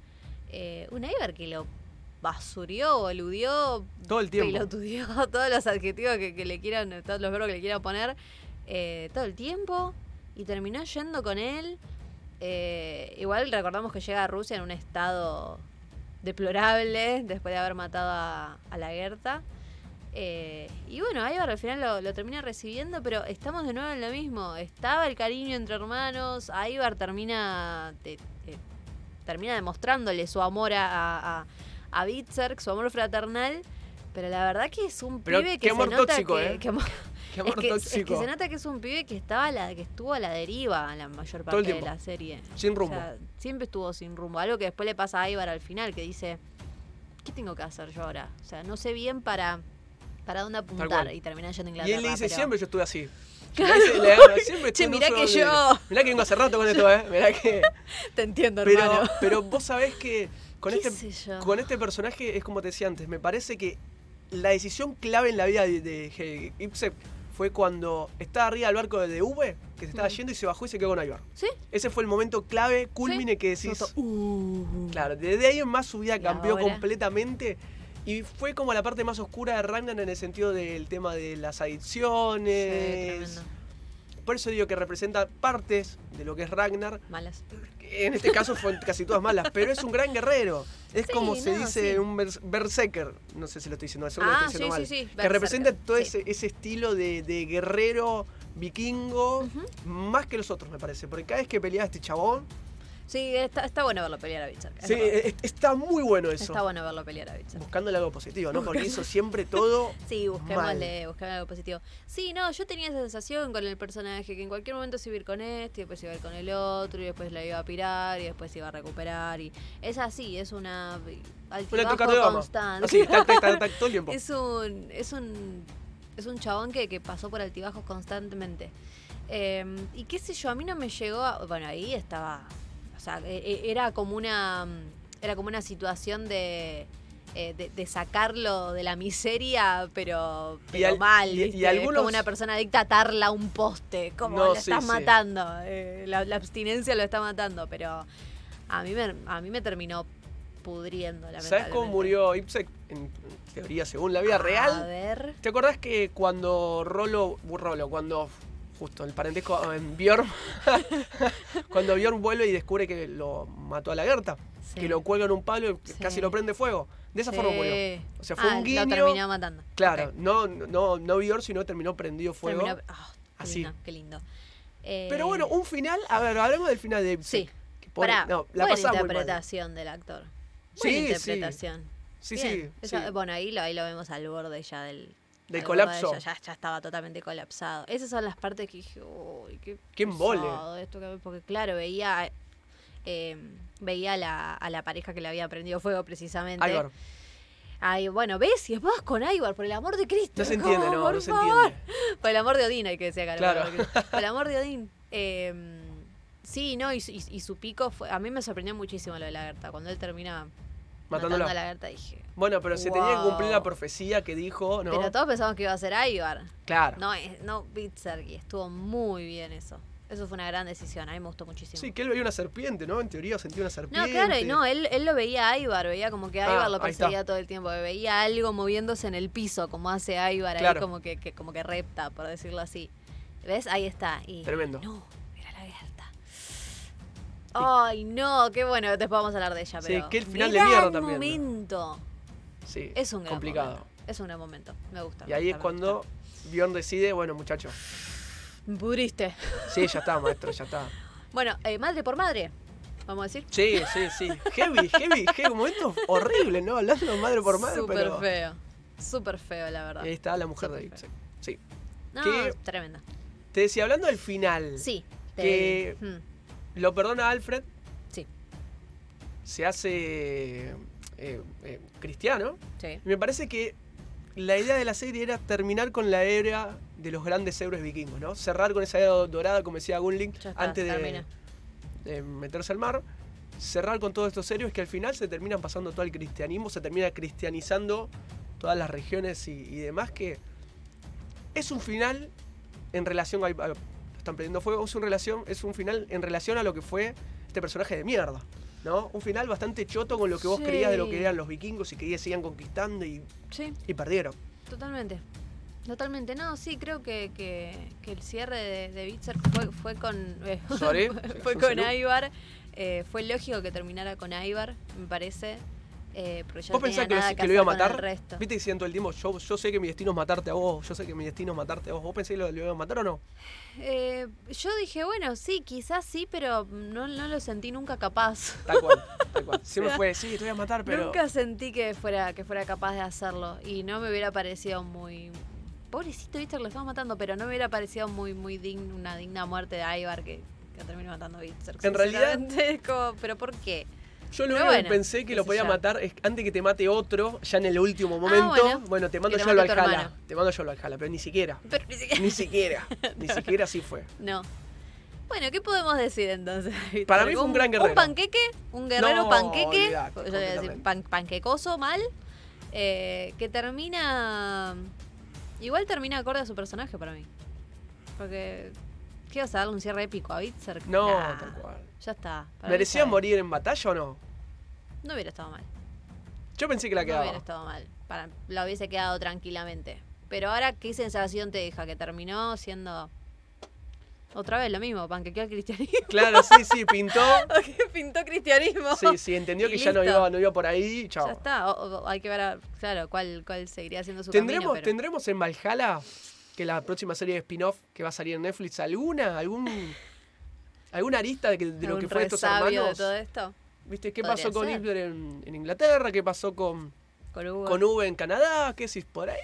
Speaker 2: Eh, un Ibar que lo basurió, boludió,
Speaker 1: Todo el tiempo.
Speaker 2: pelotudió, todos los adjetivos que, que le quieran, todos los verbos que le quieran poner, eh, todo el tiempo. Y terminó yendo con él. Eh, igual recordamos que llega a Rusia en un estado deplorable después de haber matado a, a la Gerta. Eh, y bueno, Ivar al final lo, lo termina recibiendo, pero estamos de nuevo en lo mismo. Estaba el cariño entre hermanos. Ivar termina, te- te- termina demostrándole su amor a, a, a- a Bitzer, su amor fraternal. Pero la verdad que es un
Speaker 1: Pero
Speaker 2: pibe
Speaker 1: qué
Speaker 2: que
Speaker 1: amor
Speaker 2: se nota
Speaker 1: tóxico,
Speaker 2: que,
Speaker 1: ¿eh?
Speaker 2: que amor-
Speaker 1: Qué amor
Speaker 2: es que, es que
Speaker 1: tóxico.
Speaker 2: se nota que es un pibe que estaba a la, que estuvo a la deriva la mayor
Speaker 1: Todo el
Speaker 2: parte de
Speaker 1: tiempo.
Speaker 2: la serie.
Speaker 1: Sin
Speaker 2: O
Speaker 1: rumbo.
Speaker 2: sea, siempre estuvo sin rumbo. Algo que después le pasa a Ivar al final, que dice, ¿qué tengo que hacer yo ahora? O sea, no sé bien para, para dónde apuntar
Speaker 1: cual.
Speaker 2: y terminar yendo
Speaker 1: Y
Speaker 2: a Inglaterra.
Speaker 1: él le dice,
Speaker 2: pero-
Speaker 1: siempre yo estuve así.
Speaker 2: Claro.
Speaker 1: Le dice, le gana, siempre estuve
Speaker 2: Che,
Speaker 1: en un
Speaker 2: mirá
Speaker 1: solo
Speaker 2: que
Speaker 1: nivel.
Speaker 2: yo
Speaker 1: Mirá que vengo hace rato con esto, ¿eh? Mirá que...
Speaker 2: te entiendo,
Speaker 1: Pero,
Speaker 2: hermano.
Speaker 1: pero vos sabés que con
Speaker 2: ¿Qué
Speaker 1: este,
Speaker 2: sé yo?
Speaker 1: con este personaje es como te decía antes. Me parece que la decisión clave en la vida de, de Ipsec fue cuando estaba arriba del barco de V, que se estaba
Speaker 2: Mm.
Speaker 1: yendo y se bajó y se quedó con Ivar.
Speaker 2: ¿Sí?
Speaker 1: Ese fue el momento clave, culmine que decís...
Speaker 2: Noto, "Uh".
Speaker 1: Claro, desde ahí en más su vida
Speaker 2: ¿Y
Speaker 1: cambió
Speaker 2: ahora?
Speaker 1: completamente y fue como la parte más oscura de Ragnar en el sentido del tema de las adicciones.
Speaker 2: Sí, tremendo.
Speaker 1: Por eso digo que representa partes de lo que es Ragnar.
Speaker 2: Malas.
Speaker 1: que En este caso fueron casi todas malas, pero es un gran guerrero. Es
Speaker 2: Sí,
Speaker 1: como se
Speaker 2: no,
Speaker 1: dice
Speaker 2: sí.
Speaker 1: un bers- berserker. No sé si lo estoy diciendo, seguro
Speaker 2: Ah,
Speaker 1: lo estoy diciendo
Speaker 2: sí,
Speaker 1: mal.
Speaker 2: sí, sí,
Speaker 1: Que
Speaker 2: berserker,
Speaker 1: representa todo
Speaker 2: sí.
Speaker 1: ese, ese estilo de, de guerrero vikingo,
Speaker 2: Ujú.
Speaker 1: más que los otros, me parece. Porque cada vez que peleaba este chabón,
Speaker 2: Sí, está, está bueno verlo pelear a Bitzer. es
Speaker 1: sí,
Speaker 2: verdad.
Speaker 1: es- está muy bueno eso.
Speaker 2: Está bueno verlo pelear a Bitzer.
Speaker 1: Buscándole algo positivo, ¿no? Porque hizo siempre todo.
Speaker 2: Sí, busquémosle, busquémosle algo positivo. Sí, no, yo tenía esa sensación con el personaje que en cualquier momento se iba a ir con este, y después se iba a ir con el otro, y después la iba a pirar, y después se iba a recuperar. y Es así, es una
Speaker 1: Una
Speaker 2: altibajo
Speaker 1: tocar de goma.
Speaker 2: constante.
Speaker 1: Así, tac, tac, tac, tac, todo el tiempo.
Speaker 2: Es un, es un, es un chabón que, que pasó por altibajos constantemente. Eh, y qué sé yo, a mí no me llegó, a- bueno, ahí estaba, o sea, e- e- era como una, mm, era como una situación de, eh, de, de sacarlo de la miseria, pero, pero
Speaker 1: al-
Speaker 2: mal,
Speaker 1: y- y
Speaker 2: ¿viste? Es
Speaker 1: algunos-
Speaker 2: como una persona adicta a atarla a un poste, como
Speaker 1: No,
Speaker 2: lo
Speaker 1: sí,
Speaker 2: estás
Speaker 1: sí.
Speaker 2: matando, eh, la, la abstinencia lo está matando, pero a mí me, a mí me terminó pudriendo, lamentablemente.
Speaker 1: ¿Sabes cómo murió Ipsec? En teoría, según la vida
Speaker 2: A
Speaker 1: real.
Speaker 2: ver...
Speaker 1: ¿Te acordás que cuando Rolo. uh, Rolo, cuando. Justo, el parentesco ah, en Bjorn. cuando Bjorn vuelve y descubre que lo mató a la Gerta.
Speaker 2: Sí.
Speaker 1: Que lo cuelga en un palo y
Speaker 2: Sí.
Speaker 1: casi lo prende fuego. De esa forma murió.
Speaker 2: Sí.
Speaker 1: O sea, fue
Speaker 2: Ah,
Speaker 1: un guiño.
Speaker 2: Lo terminó matando.
Speaker 1: Claro,
Speaker 2: Ok.
Speaker 1: no, no, no Bjorn, sino terminó prendido fuego.
Speaker 2: Terminó- ah, qué
Speaker 1: Así.
Speaker 2: lindo, qué lindo. Eh,
Speaker 1: Pero bueno, un final. A ver, hablemos del final de Ipsec.
Speaker 2: Sí.
Speaker 1: que pobre-
Speaker 2: Pará,
Speaker 1: no, la
Speaker 2: buena
Speaker 1: pasaba muy mal.
Speaker 2: interpretación del actor. Buena
Speaker 1: Sí, sí.
Speaker 2: interpretación.
Speaker 1: Sí,
Speaker 2: Bien.
Speaker 1: sí,
Speaker 2: Esa-
Speaker 1: sí.
Speaker 2: Bueno, ahí lo, ahí lo vemos al borde ya del,
Speaker 1: Del
Speaker 2: Algo
Speaker 1: colapso.
Speaker 2: de ella, ya, ya estaba totalmente colapsado. Esas son las partes que dije, uy, qué,
Speaker 1: Qué embole".
Speaker 2: pesado esto que- Porque claro, veía, eh, veía a la, a la pareja que le había prendido fuego precisamente.
Speaker 1: Álvaro,
Speaker 2: Ay, bueno, ves y vas con Ivar, por el amor de Cristo.
Speaker 1: no se entiende,
Speaker 2: Como,
Speaker 1: no,
Speaker 2: por
Speaker 1: no se
Speaker 2: favor.
Speaker 1: entiende.
Speaker 2: Por el amor de Odín hay que decir acá.
Speaker 1: Claro.
Speaker 2: Por el amor de Cristo. Por el amor de Odín. Eh, sí, no, y, su- y- y su pico fue... A mí me sorprendió muchísimo lo de la Gerta. Cuando él termina matando a
Speaker 1: Matándola.
Speaker 2: la Gerta dije...
Speaker 1: Bueno, pero se tenía que cumplir la
Speaker 2: Wow.
Speaker 1: profecía que dijo, ¿no?
Speaker 2: Pero todos pensamos que iba a ser Ivar.
Speaker 1: Claro.
Speaker 2: No, es- no Bitzer, y estuvo muy bien eso. Eso fue una gran decisión, a mí me gustó muchísimo.
Speaker 1: Sí, que él veía una serpiente, ¿no? En teoría sentía una
Speaker 2: no,
Speaker 1: serpiente.
Speaker 2: claro, y no, él, él lo veía a Ivar, veía como que
Speaker 1: Ah,
Speaker 2: Ivar lo
Speaker 1: ahí
Speaker 2: perseguía
Speaker 1: está.
Speaker 2: todo el tiempo, veía algo moviéndose en el piso, como hace Ivar,
Speaker 1: Claro.
Speaker 2: ahí como que, que- como que repta, por decirlo así. ¿Ves? Ahí está. Y,
Speaker 1: Tremendo.
Speaker 2: No, era la Gerta. Ay, no, qué bueno, después vamos a hablar de ella,
Speaker 1: Sí,
Speaker 2: pero...
Speaker 1: qué final de
Speaker 2: gran
Speaker 1: mierda también, ¿no?
Speaker 2: momento.
Speaker 1: Sí,
Speaker 2: Es un gran
Speaker 1: complicado.
Speaker 2: momento. Es un gran momento, me gusta.
Speaker 1: Y
Speaker 2: me
Speaker 1: ahí es
Speaker 2: gusta, me
Speaker 1: cuando Bjorn decide, bueno, muchacho,
Speaker 2: gusta. Me Pudriste.
Speaker 1: sí, ya está, maestro, ya está.
Speaker 2: Bueno, eh, madre por madre, vamos a decir.
Speaker 1: Sí, sí, sí. Heavy, heavy, heavy. Un momento horrible, ¿no? Hablando de madre por madre,
Speaker 2: Súper
Speaker 1: pero.
Speaker 2: feo. Súper feo, la verdad.
Speaker 1: Y Ahí está la mujer de
Speaker 2: Súper
Speaker 1: Ibsen. Sí.
Speaker 2: No,
Speaker 1: ¿qué?
Speaker 2: es tremenda.
Speaker 1: Te decía, hablando del final,
Speaker 2: Sí.
Speaker 1: Que-
Speaker 2: mm,
Speaker 1: lo perdona Alfred,
Speaker 2: sí,
Speaker 1: se hace eh, eh, cristiano.
Speaker 2: sí.
Speaker 1: Y me parece que la idea de la serie era terminar con la era de los grandes héroes vikingos, ¿no? Cerrar con esa era dorada, como decía Gunling,
Speaker 2: Ya está,
Speaker 1: antes de,
Speaker 2: termina.
Speaker 1: de eh, meterse al mar. Cerrar con todos estos héroes que al final se terminan pasando todo al cristianismo, se termina cristianizando todas las regiones y, y demás que es un final en relación a, a- lo están prendiendo fuego, es un relación, es un final en relación a lo que fue este personaje de mierda, ¿no? Un final bastante choto con lo que vos
Speaker 2: Sí.
Speaker 1: creías de lo que eran los vikingos y que ellos sigan conquistando y,
Speaker 2: Sí,
Speaker 1: y perdieron.
Speaker 2: totalmente. Totalmente. No, sí, creo que, que, que el cierre de, de Bitzer fue, fue con. eh,
Speaker 1: Sorry,
Speaker 2: fue
Speaker 1: un
Speaker 2: con
Speaker 1: salud.
Speaker 2: Ivar. eh, fue lógico que terminara con Ivar, me parece. Eh, porque ya
Speaker 1: ¿Vos
Speaker 2: no
Speaker 1: pensás
Speaker 2: tenía
Speaker 1: que, lo-
Speaker 2: nada
Speaker 1: que lo iba a
Speaker 2: hacer con el
Speaker 1: matar?
Speaker 2: resto.
Speaker 1: Viste que dicen todo el tiempo, yo, yo sé que mi destino es matarte a vos, yo sé que mi destino es matarte a vos. ¿Vos pensás que lo, lo iba a matar o no?
Speaker 2: Eh, yo dije, bueno, sí, quizás sí, pero no, no lo sentí nunca capaz.
Speaker 1: Tal cual, tal cual. Siempre fue, sí, te voy a matar, pero...
Speaker 2: Nunca sentí que fuera, que fuera capaz de hacerlo y no me hubiera parecido muy... Pobrecito Víctor, lo estamos matando, pero no me hubiera parecido muy, muy digno, una digna muerte de Ivar que, que termine matando a Víctor.
Speaker 1: En realidad-
Speaker 2: sinceramente, es como, pero ¿por qué?
Speaker 1: Yo lo
Speaker 2: Pero
Speaker 1: único que
Speaker 2: bueno,
Speaker 1: pensé que
Speaker 2: qué
Speaker 1: lo
Speaker 2: sé
Speaker 1: podía
Speaker 2: yo. Ah,
Speaker 1: matar es antes que te mate otro, ya en el último momento. bueno,
Speaker 2: bueno.
Speaker 1: te mando
Speaker 2: Que
Speaker 1: yo
Speaker 2: te
Speaker 1: al
Speaker 2: mate tu
Speaker 1: Valhalla.
Speaker 2: hermano.
Speaker 1: Te mando yo al Valhalla, pero ni siquiera.
Speaker 2: Pero ni siquiera-
Speaker 1: Ni siquiera. ni siquiera así fue.
Speaker 2: No. Bueno, ¿qué podemos decir entonces? Víctor?
Speaker 1: Para mí fue un gran guerrero.
Speaker 2: Un panqueque, un guerrero
Speaker 1: No,
Speaker 2: panqueque,
Speaker 1: olvidate,
Speaker 2: yo voy a decir
Speaker 1: completamente.
Speaker 2: pan- panquecoso mal, eh, que termina... Igual termina acorde a su personaje para mí. Porque... ¿Qué vas a darle un cierre épico a Bitzer?
Speaker 1: No,
Speaker 2: Nah,
Speaker 1: tal cual.
Speaker 2: Ya está. para mí
Speaker 1: ¿Merecía
Speaker 2: está bien.
Speaker 1: morir en batalla o no?
Speaker 2: No hubiera estado mal.
Speaker 1: Yo pensé que la
Speaker 2: No
Speaker 1: quedaba.
Speaker 2: hubiera estado mal. Para, la hubiese quedado tranquilamente. Pero ahora, ¿qué sensación te deja? Que terminó siendo... Otra vez lo mismo, panquequeó al cristianismo.
Speaker 1: Claro, sí, sí, pintó.
Speaker 2: que pintó cristianismo.
Speaker 1: Sí, sí, entendió
Speaker 2: Y
Speaker 1: que ya no
Speaker 2: listo.
Speaker 1: iba, no iba por ahí. Chao.
Speaker 2: Ya está, o- o- hay que ver, a- claro, cuál, cuál seguiría siendo su
Speaker 1: ¿Tendremos,
Speaker 2: camino. pero-
Speaker 1: ¿Tendremos en Valhalla, que la próxima serie de spin-off que va a salir en Netflix, alguna, algún, alguna arista de, que- de lo
Speaker 2: algún
Speaker 1: que fue de estos
Speaker 2: resabio
Speaker 1: hermanos?
Speaker 2: de todo esto?
Speaker 1: ¿Viste qué
Speaker 2: Podría
Speaker 1: pasó con
Speaker 2: ser.
Speaker 1: Hitler en, en Inglaterra? ¿Qué pasó con,
Speaker 2: Con Hugo.
Speaker 1: con Uwe en Canadá? ¿Qué decís por ahí?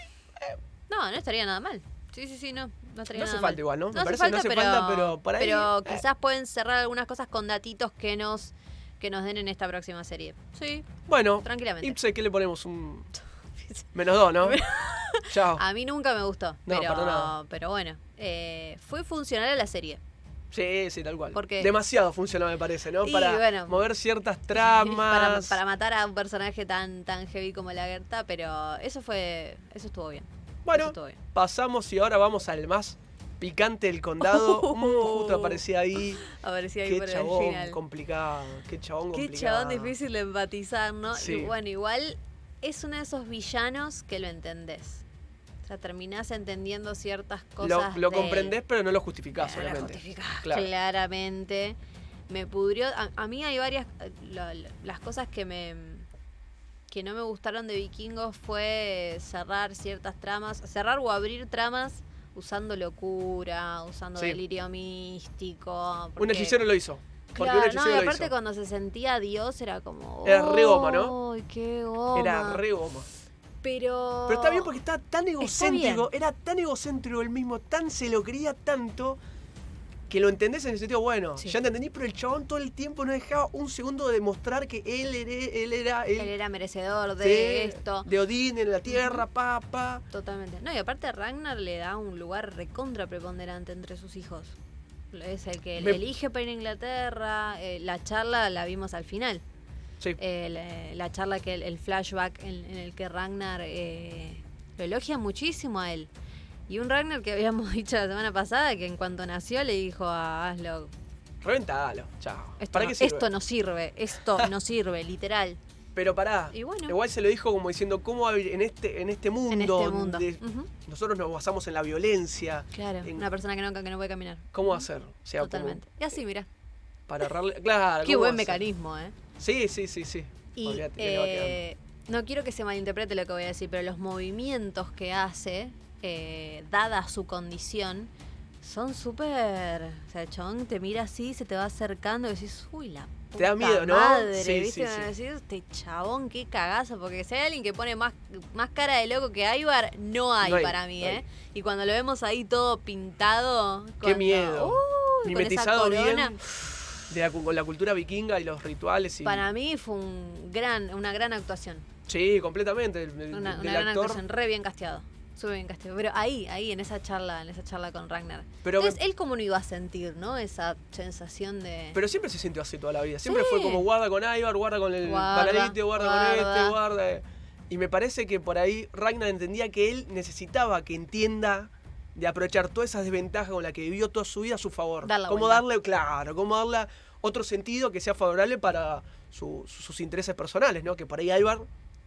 Speaker 2: No, no estaría nada mal. Sí, sí, sí, no. No, estaría
Speaker 1: No hace
Speaker 2: nada
Speaker 1: falta
Speaker 2: mal.
Speaker 1: igual, ¿no? Me
Speaker 2: No hace
Speaker 1: parece que
Speaker 2: falta,
Speaker 1: no hace
Speaker 2: pero,
Speaker 1: falta, pero por ahí,
Speaker 2: pero
Speaker 1: eh.
Speaker 2: quizás pueden cerrar algunas cosas con datitos que nos, que nos den en esta próxima serie. Sí,
Speaker 1: Bueno,
Speaker 2: tranquilamente.
Speaker 1: Ipse, ¿qué le ponemos? Un menos dos, ¿no? Chao.
Speaker 2: A mí nunca me gustó,
Speaker 1: No, para nada.
Speaker 2: pero, pero bueno. eh, fue funcional a la serie.
Speaker 1: Sí, sí, tal cual.
Speaker 2: Porque-
Speaker 1: Demasiado funcionó, me parece, ¿no?
Speaker 2: Y
Speaker 1: para
Speaker 2: bueno.
Speaker 1: mover ciertas
Speaker 2: para,
Speaker 1: tramas.
Speaker 2: para matar a un personaje tan, tan heavy como la Gerta, pero eso fue. Eso estuvo bien. Eso
Speaker 1: bueno,
Speaker 2: estuvo bien.
Speaker 1: pasamos y ahora vamos al más picante del condado. Mm, justo aparecía ahí.
Speaker 2: Aparecía ahí
Speaker 1: Qué
Speaker 2: por el
Speaker 1: chabón
Speaker 2: final.
Speaker 1: complicado. Qué chabón
Speaker 2: Qué
Speaker 1: complicado.
Speaker 2: chabón difícil de empatizar, ¿no?
Speaker 1: Sí.
Speaker 2: Y bueno, igual es uno de esos villanos que lo entendés. O sea, terminás entendiendo ciertas
Speaker 1: Lo,
Speaker 2: cosas.
Speaker 1: lo
Speaker 2: de él.
Speaker 1: comprendés, pero no lo justificás,
Speaker 2: Pero no lo
Speaker 1: obviamente.
Speaker 2: justificás,
Speaker 1: Claro.
Speaker 2: claramente. Me pudrió. A, a mí hay varias. eh, lo- lo- las cosas que me. que no me gustaron de vikingos fue cerrar ciertas tramas. Cerrar o abrir tramas usando locura, usando
Speaker 1: Sí.
Speaker 2: delirio místico.
Speaker 1: Un
Speaker 2: porque-
Speaker 1: hechicero lo hizo. Porque un
Speaker 2: Claro, no,
Speaker 1: hechicero
Speaker 2: y
Speaker 1: lo
Speaker 2: aparte
Speaker 1: hizo.
Speaker 2: cuando se sentía Dios era como.
Speaker 1: Era re goma, ¿no?
Speaker 2: "Ay, qué goma".
Speaker 1: Era re goma.
Speaker 2: Pero.
Speaker 1: Pero está bien porque estaba tan egocéntrico,
Speaker 2: bien.
Speaker 1: era tan egocéntrico el mismo, tan se lo creía tanto, que lo entendés en el sentido, bueno,
Speaker 2: Sí.
Speaker 1: ya te entendí, pero el chabón todo el tiempo no dejaba un segundo de demostrar que él era él, era, él
Speaker 2: Él era merecedor de
Speaker 1: de-
Speaker 2: esto.
Speaker 1: de Odín en la tierra, papá.
Speaker 2: Totalmente. No, y aparte Ragnar le da un lugar recontra preponderante entre sus hijos. Es el que
Speaker 1: Me-
Speaker 2: elige para ir a Inglaterra. eh, la charla la vimos al final.
Speaker 1: Sí.
Speaker 2: el, eh, la charla que el, el flashback en, en el que Ragnar eh, lo elogia muchísimo a él. Y un Ragnar que habíamos dicho la semana pasada que en cuanto nació le dijo a Aslo,
Speaker 1: Reventalo, chao.
Speaker 2: esto,
Speaker 1: ¿Para
Speaker 2: no,
Speaker 1: qué sirve?
Speaker 2: esto no sirve, esto no sirve, literal.
Speaker 1: Pero pará.
Speaker 2: Y bueno.
Speaker 1: Igual se lo dijo como diciendo, ¿cómo hab- en este, en este mundo,
Speaker 2: en este mundo.
Speaker 1: donde
Speaker 2: Ujú,
Speaker 1: nosotros nos basamos en la violencia?
Speaker 2: Claro,
Speaker 1: en-
Speaker 2: una persona que no, que no puede caminar.
Speaker 1: ¿Cómo hacer? O sea, como
Speaker 2: Totalmente. Y así, mira,
Speaker 1: para ahorrarle- Claro.
Speaker 2: qué
Speaker 1: ¿cómo
Speaker 2: buen
Speaker 1: hacer?
Speaker 2: mecanismo, ¿eh?
Speaker 1: Sí, sí, sí, sí.
Speaker 2: Y
Speaker 1: Olvídate que le va quedando.
Speaker 2: eh, no quiero que se malinterprete lo que voy a decir, pero los movimientos que hace, eh, dada su condición, son súper. O sea, el chabón te mira así, se te va acercando y decís, uy, la.
Speaker 1: Te da
Speaker 2: puta
Speaker 1: miedo, ¿no?
Speaker 2: Madre,
Speaker 1: Sí,
Speaker 2: ¿viste?
Speaker 1: sí,
Speaker 2: Decís, este chabón, qué cagazo. Porque si hay alguien que pone más, más cara de loco que Aibar, no hay,
Speaker 1: No hay,
Speaker 2: para mí,
Speaker 1: no hay.
Speaker 2: ¿eh? Y cuando lo vemos ahí todo pintado.
Speaker 1: Qué
Speaker 2: cuando-
Speaker 1: miedo.
Speaker 2: Uy, con esa
Speaker 1: Mimetizado bien
Speaker 2: corona.
Speaker 1: de la, cu- con la cultura vikinga y los rituales. Y,
Speaker 2: Para mí fue un gran, una gran actuación.
Speaker 1: Sí, completamente. el- el-
Speaker 2: Una,
Speaker 1: del
Speaker 2: una gran
Speaker 1: actor.
Speaker 2: actuación, re bien casteado. Súper bien casteado. Pero ahí, ahí, en esa charla, en esa charla con Ragnar.
Speaker 1: Pero, me-
Speaker 2: Entonces, él como no iba a sentir, ¿no? Esa sensación de.
Speaker 1: pero siempre se sintió así toda la vida. Siempre
Speaker 2: Sí.
Speaker 1: fue como guarda con Ivar, guarda con el
Speaker 2: Guarda,
Speaker 1: banalite, guarda, con
Speaker 2: guarda.
Speaker 1: este, guarda. eh. Y me parece que por ahí Ragnar entendía que él necesitaba que entienda de aprovechar todas esas desventajas con las que vivió toda su vida a su favor.
Speaker 2: Dar la
Speaker 1: cómo
Speaker 2: vuelta.
Speaker 1: darle, claro, cómo darle otro sentido que sea favorable para su- su- sus intereses personales, ¿no? Que por ahí Ivar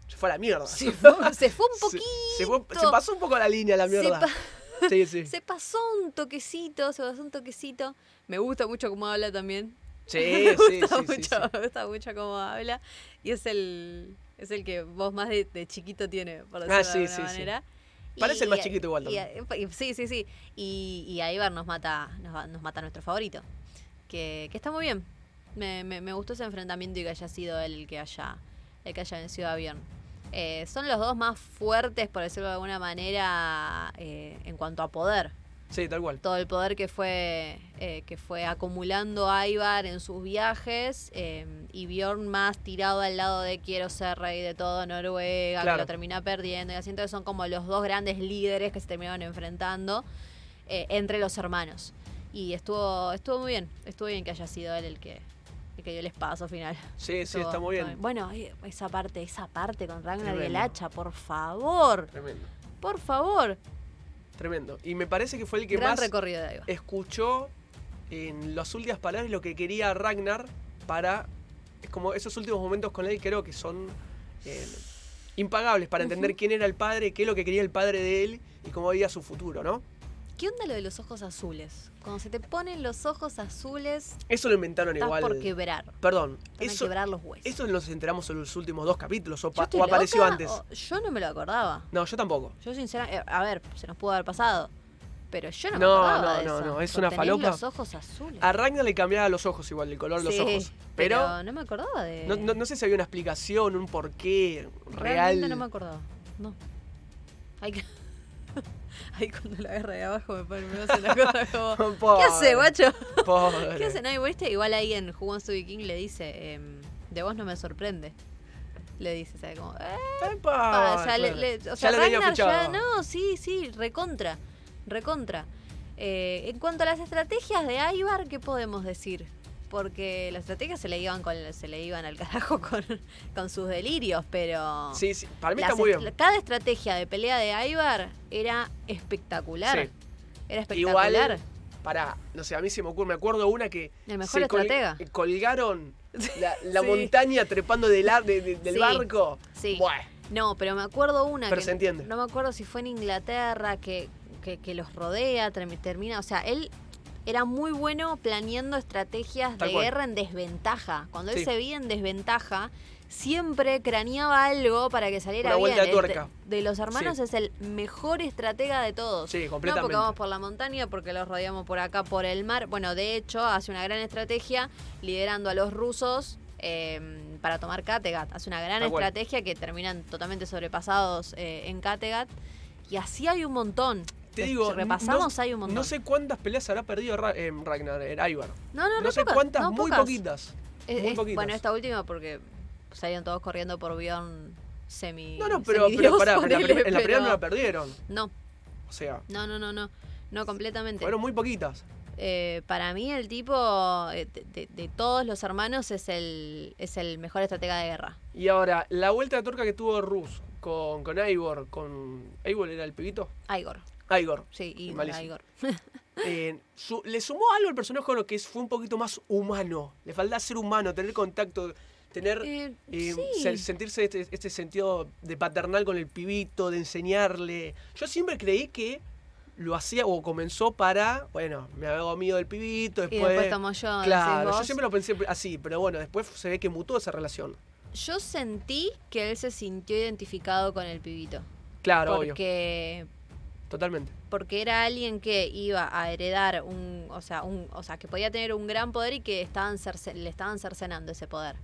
Speaker 1: se fue a la mierda.
Speaker 2: se, fue, se fue un
Speaker 1: Se-
Speaker 2: poquito.
Speaker 1: Se, fue- se pasó un poco la línea la
Speaker 2: Se
Speaker 1: mierda. sí, sí.
Speaker 2: Se pasó un toquecito, se pasó un toquecito. Me gusta mucho cómo habla también.
Speaker 1: Sí,
Speaker 2: me
Speaker 1: sí,
Speaker 2: gusta
Speaker 1: sí, sí,
Speaker 2: mucho,
Speaker 1: sí.
Speaker 2: me gusta mucho cómo habla. Y es el, es el que vos más de, de chiquito tiene, por decirlo
Speaker 1: Ah,
Speaker 2: de
Speaker 1: sí,
Speaker 2: alguna
Speaker 1: sí, sí.
Speaker 2: manera.
Speaker 1: Parece el más
Speaker 2: y-
Speaker 1: chiquito igual
Speaker 2: y- eh, y- sí, sí, sí. Y, y a Ibar nos mata, nos, va- nos mata nuestro favorito. Que, que está muy bien. Me, me- me gustó ese enfrentamiento y que haya sido él el que haya, el que haya vencido a Bjorn. Eh, son los dos más fuertes, por decirlo de alguna manera, eh, en cuanto a poder
Speaker 1: Sí, tal cual.
Speaker 2: todo el poder que fue eh, que fue acumulando Ivar en sus viajes eh, y Bjorn más tirado al lado de quiero ser rey de todo Noruega
Speaker 1: Claro.
Speaker 2: que lo termina perdiendo y así entonces son como los dos grandes líderes que se terminaron enfrentando eh, entre los hermanos y estuvo estuvo muy bien estuvo bien que haya sido él el que el que dio el espacio final
Speaker 1: Sí, sí,
Speaker 2: Estuvo-
Speaker 1: está muy
Speaker 2: estuvo
Speaker 1: bien.
Speaker 2: bueno ay, esa parte esa parte con Ragnar y el
Speaker 1: Tremendo.
Speaker 2: hacha por favor
Speaker 1: Tremendo,
Speaker 2: por favor
Speaker 1: tremendo. Y me parece que fue el que
Speaker 2: gran
Speaker 1: más
Speaker 2: recorrido de Ivar
Speaker 1: escuchó en las últimas palabras lo que quería Ragnar para. Es como esos últimos momentos con él, creo que son eh, impagables para entender quién era el padre, qué es lo que quería el padre de él y cómo veía su futuro, ¿no?
Speaker 2: ¿Qué onda lo de los ojos azules? Cuando se te ponen los ojos azules,
Speaker 1: Eso lo inventaron
Speaker 2: estás
Speaker 1: igual.
Speaker 2: por quebrar.
Speaker 1: Perdón,
Speaker 2: Te Van a
Speaker 1: eso,
Speaker 2: quebrar los huesos.
Speaker 1: eso nos enteramos en los últimos dos capítulos o,
Speaker 2: ¿Yo
Speaker 1: pa-
Speaker 2: estoy
Speaker 1: o apareció
Speaker 2: loca?
Speaker 1: antes.
Speaker 2: O- yo no me lo acordaba.
Speaker 1: No, yo tampoco.
Speaker 2: Yo sinceramente, a ver, se nos pudo haber pasado. Pero yo no,
Speaker 1: No,
Speaker 2: me acordaba
Speaker 1: no,
Speaker 2: de
Speaker 1: no,
Speaker 2: eso.
Speaker 1: no, es
Speaker 2: Pero
Speaker 1: una
Speaker 2: tenés
Speaker 1: falopa.
Speaker 2: los ojos azules.
Speaker 1: A Ragnar le cambiaba los ojos igual, el color de los
Speaker 2: Sí,
Speaker 1: ojos. Pero,
Speaker 2: Pero, no me acordaba de...
Speaker 1: no, no- no sé si había una explicación, un porqué
Speaker 2: Realmente
Speaker 1: real.
Speaker 2: no me acordaba. No. Hay que... Ahí cuando la agarra de abajo me pone me hace una cosa como... ¿Qué
Speaker 1: Pobre,
Speaker 2: hace, guacho?
Speaker 1: pobre.
Speaker 2: ¿Qué hace? No, y viste, igual ahí en Who Wants to Be King le dice, em, de vos no me sorprende. Le dice, ¿sabes? Como, eh,
Speaker 1: Ay, pobre,
Speaker 2: pa, ya le,
Speaker 1: Ah, claro.
Speaker 2: le- o
Speaker 1: Ya
Speaker 2: sea,
Speaker 1: lo tenía
Speaker 2: Ragnar ya,
Speaker 1: fichado.
Speaker 2: no, sí, sí, recontra, recontra. Eh, en cuanto a las estrategias de Ivar, ¿qué podemos decir? Porque las estrategias se le iban con se le iban al carajo con, con sus delirios, pero
Speaker 1: Sí, sí, para mí
Speaker 2: las
Speaker 1: está muy
Speaker 2: est-
Speaker 1: bien.
Speaker 2: cada estrategia de pelea de Ivar era espectacular.
Speaker 1: Sí.
Speaker 2: Era espectacular.
Speaker 1: Igual, Para, no sé, a mí se me ocurre, me acuerdo una que.
Speaker 2: El mejor
Speaker 1: se col-
Speaker 2: estratega.
Speaker 1: colgaron la, la
Speaker 2: Sí.
Speaker 1: montaña trepando del, ar- de- de- del
Speaker 2: Sí,
Speaker 1: barco.
Speaker 2: sí.
Speaker 1: Buah,
Speaker 2: No, pero me acuerdo una.
Speaker 1: Pero
Speaker 2: que
Speaker 1: se entiende.
Speaker 2: No me acuerdo si fue en Inglaterra que, que- que los rodea, termi- termina. O sea, él era muy bueno planeando estrategias
Speaker 1: Tal
Speaker 2: de
Speaker 1: cual.
Speaker 2: guerra en desventaja. Cuando él
Speaker 1: Sí.
Speaker 2: se veía en desventaja, siempre craneaba algo para que
Speaker 1: Una
Speaker 2: saliera bien.
Speaker 1: vuelta de
Speaker 2: El te-
Speaker 1: tuerca.
Speaker 2: de los hermanos
Speaker 1: Sí.
Speaker 2: es el mejor estratega de todos.
Speaker 1: Sí,
Speaker 2: No,
Speaker 1: completamente.
Speaker 2: porque vamos por la montaña, porque los rodeamos por acá, por el mar. Bueno, de hecho, hace una gran estrategia liderando a los rusos eh, para tomar Kattegat. Hace una gran
Speaker 1: Tal cual.
Speaker 2: estrategia que terminan totalmente sobrepasados eh, en Kattegat. Y así hay un montón.
Speaker 1: Te
Speaker 2: Si
Speaker 1: digo, no-
Speaker 2: repasamos, hay un montón.
Speaker 1: No sé cuántas peleas habrá perdido Ra- em, Ragnar, en Ivar.
Speaker 2: no, no,
Speaker 1: No,
Speaker 2: re
Speaker 1: sé
Speaker 2: pocas,
Speaker 1: cuántas,
Speaker 2: no,
Speaker 1: muy
Speaker 2: pocas.
Speaker 1: poquitas.
Speaker 2: Es-
Speaker 1: muy
Speaker 2: es-
Speaker 1: poquitas.
Speaker 2: Bueno, esta última porque salieron todos corriendo por Bion semi.
Speaker 1: No, no, pero, pero
Speaker 2: semidios,
Speaker 1: pará, en la,
Speaker 2: ponele,
Speaker 1: prim- en la primera
Speaker 2: pero-
Speaker 1: no la perdieron.
Speaker 2: No,
Speaker 1: O sea,
Speaker 2: no, no, no, no. No, completamente.
Speaker 1: fueron muy poquitas.
Speaker 2: Eh, para mí el tipo eh, de, de- de todos los hermanos es el, es el mejor estratega de guerra.
Speaker 1: Y ahora, la vuelta de torca que tuvo Rus con, con Ivor, con. ¿Ivor era el pibito?
Speaker 2: Igor,
Speaker 1: Igor.
Speaker 2: sí, y
Speaker 1: Es malísimo.
Speaker 2: Igor.
Speaker 1: Eh, su- le sumó algo al personaje con lo que es- fue un poquito más humano. Le falta ser humano, tener contacto, tener.
Speaker 2: Eh,
Speaker 1: eh,
Speaker 2: sí.
Speaker 1: se- sentirse este, este sentido de paternal con el pibito, de enseñarle. Yo siempre creí que lo hacía o comenzó para, bueno, me hago amigo del pibito,
Speaker 2: y
Speaker 1: después...
Speaker 2: después tomo yo.
Speaker 1: claro,
Speaker 2: decís
Speaker 1: yo
Speaker 2: vos.
Speaker 1: siempre lo pensé así, pero bueno, después se ve que mutó esa relación.
Speaker 2: Yo sentí que él se sintió identificado con el pibito.
Speaker 1: Claro, obvio,
Speaker 2: porque
Speaker 1: totalmente.
Speaker 2: porque era alguien que iba a heredar un, o sea, un, o sea, que podía tener un gran poder y que estaban cerce- le estaban cercenando ese poder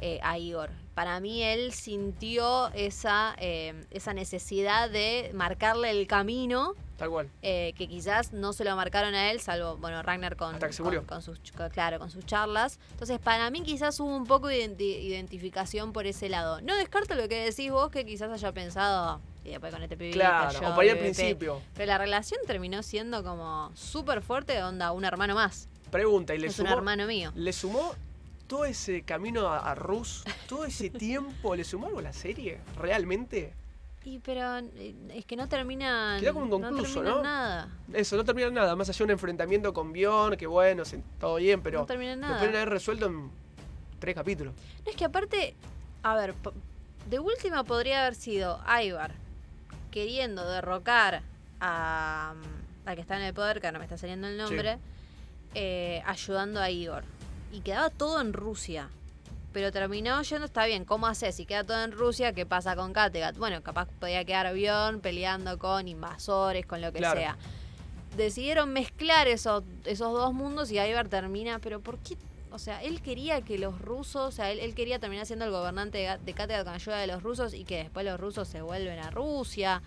Speaker 2: eh, a Igor. Para mí él sintió esa, eh, esa necesidad de marcarle el camino
Speaker 1: Tal cual.
Speaker 2: eh, que quizás no se lo marcaron a él, salvo, bueno, Ragnar con,
Speaker 1: Hasta que se
Speaker 2: con-
Speaker 1: murió.
Speaker 2: con sus, ch- con- claro, con sus charlas. Entonces, para mí quizás hubo un poco de identi- identificación por ese lado. No descarto lo que decís vos, que quizás haya pensado, y después con este pibito,
Speaker 1: Claro, o
Speaker 2: yo,
Speaker 1: para ir al
Speaker 2: PPP".
Speaker 1: principio.
Speaker 2: Pero la relación terminó siendo como súper fuerte, de onda, un hermano más.
Speaker 1: Pregunta, y le
Speaker 2: Es
Speaker 1: sumó,
Speaker 2: un hermano mío.
Speaker 1: ¿le sumó todo ese camino a, a Rus, todo ese tiempo, ¿le sumó algo a la serie? ¿Realmente?
Speaker 2: Y pero eh, es que no terminan,
Speaker 1: Queda como
Speaker 2: no
Speaker 1: inconcluso,
Speaker 2: terminan
Speaker 1: ¿no?
Speaker 2: nada.
Speaker 1: Eso, no termina en nada, más allá de un enfrentamiento con Bion, que bueno, se- todo bien, pero
Speaker 2: no terminan
Speaker 1: lo
Speaker 2: nada.
Speaker 1: pueden haber resuelto en tres capítulos.
Speaker 2: No, es que aparte, a ver, po- de última podría haber sido Ivar queriendo derrocar a, al que está en el poder, que ahora me está saliendo el nombre, eh, ayudando a Igor. Y quedaba todo en Rusia. Pero terminó yendo, está bien, ¿cómo haces? Si queda todo en Rusia, ¿qué pasa con Kattegat? Bueno, capaz podía quedar avión peleando con invasores, con lo que
Speaker 1: Claro.
Speaker 2: sea. Decidieron mezclar esos, esos dos mundos y Ivar termina, pero ¿por qué o sea, él quería que los rusos, o sea, él, él quería terminar siendo el gobernante de, Ga- de Kattegat con ayuda de los rusos y que después los rusos se vuelven a Rusia.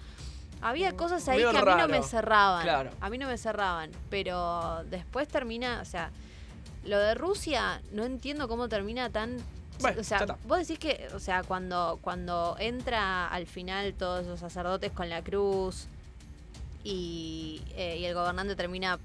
Speaker 2: Había
Speaker 1: Mm,
Speaker 2: cosas ahí
Speaker 1: medio
Speaker 2: que a mí no me
Speaker 1: raro.
Speaker 2: cerraban.
Speaker 1: Claro.
Speaker 2: A mí no me cerraban, pero después termina, o sea, lo de Rusia no entiendo cómo termina tan
Speaker 1: Bueno,
Speaker 2: o sea,
Speaker 1: ya está.
Speaker 2: vos decís que, o sea, cuando cuando entra al final todos los sacerdotes con la cruz y, eh, y el gobernante termina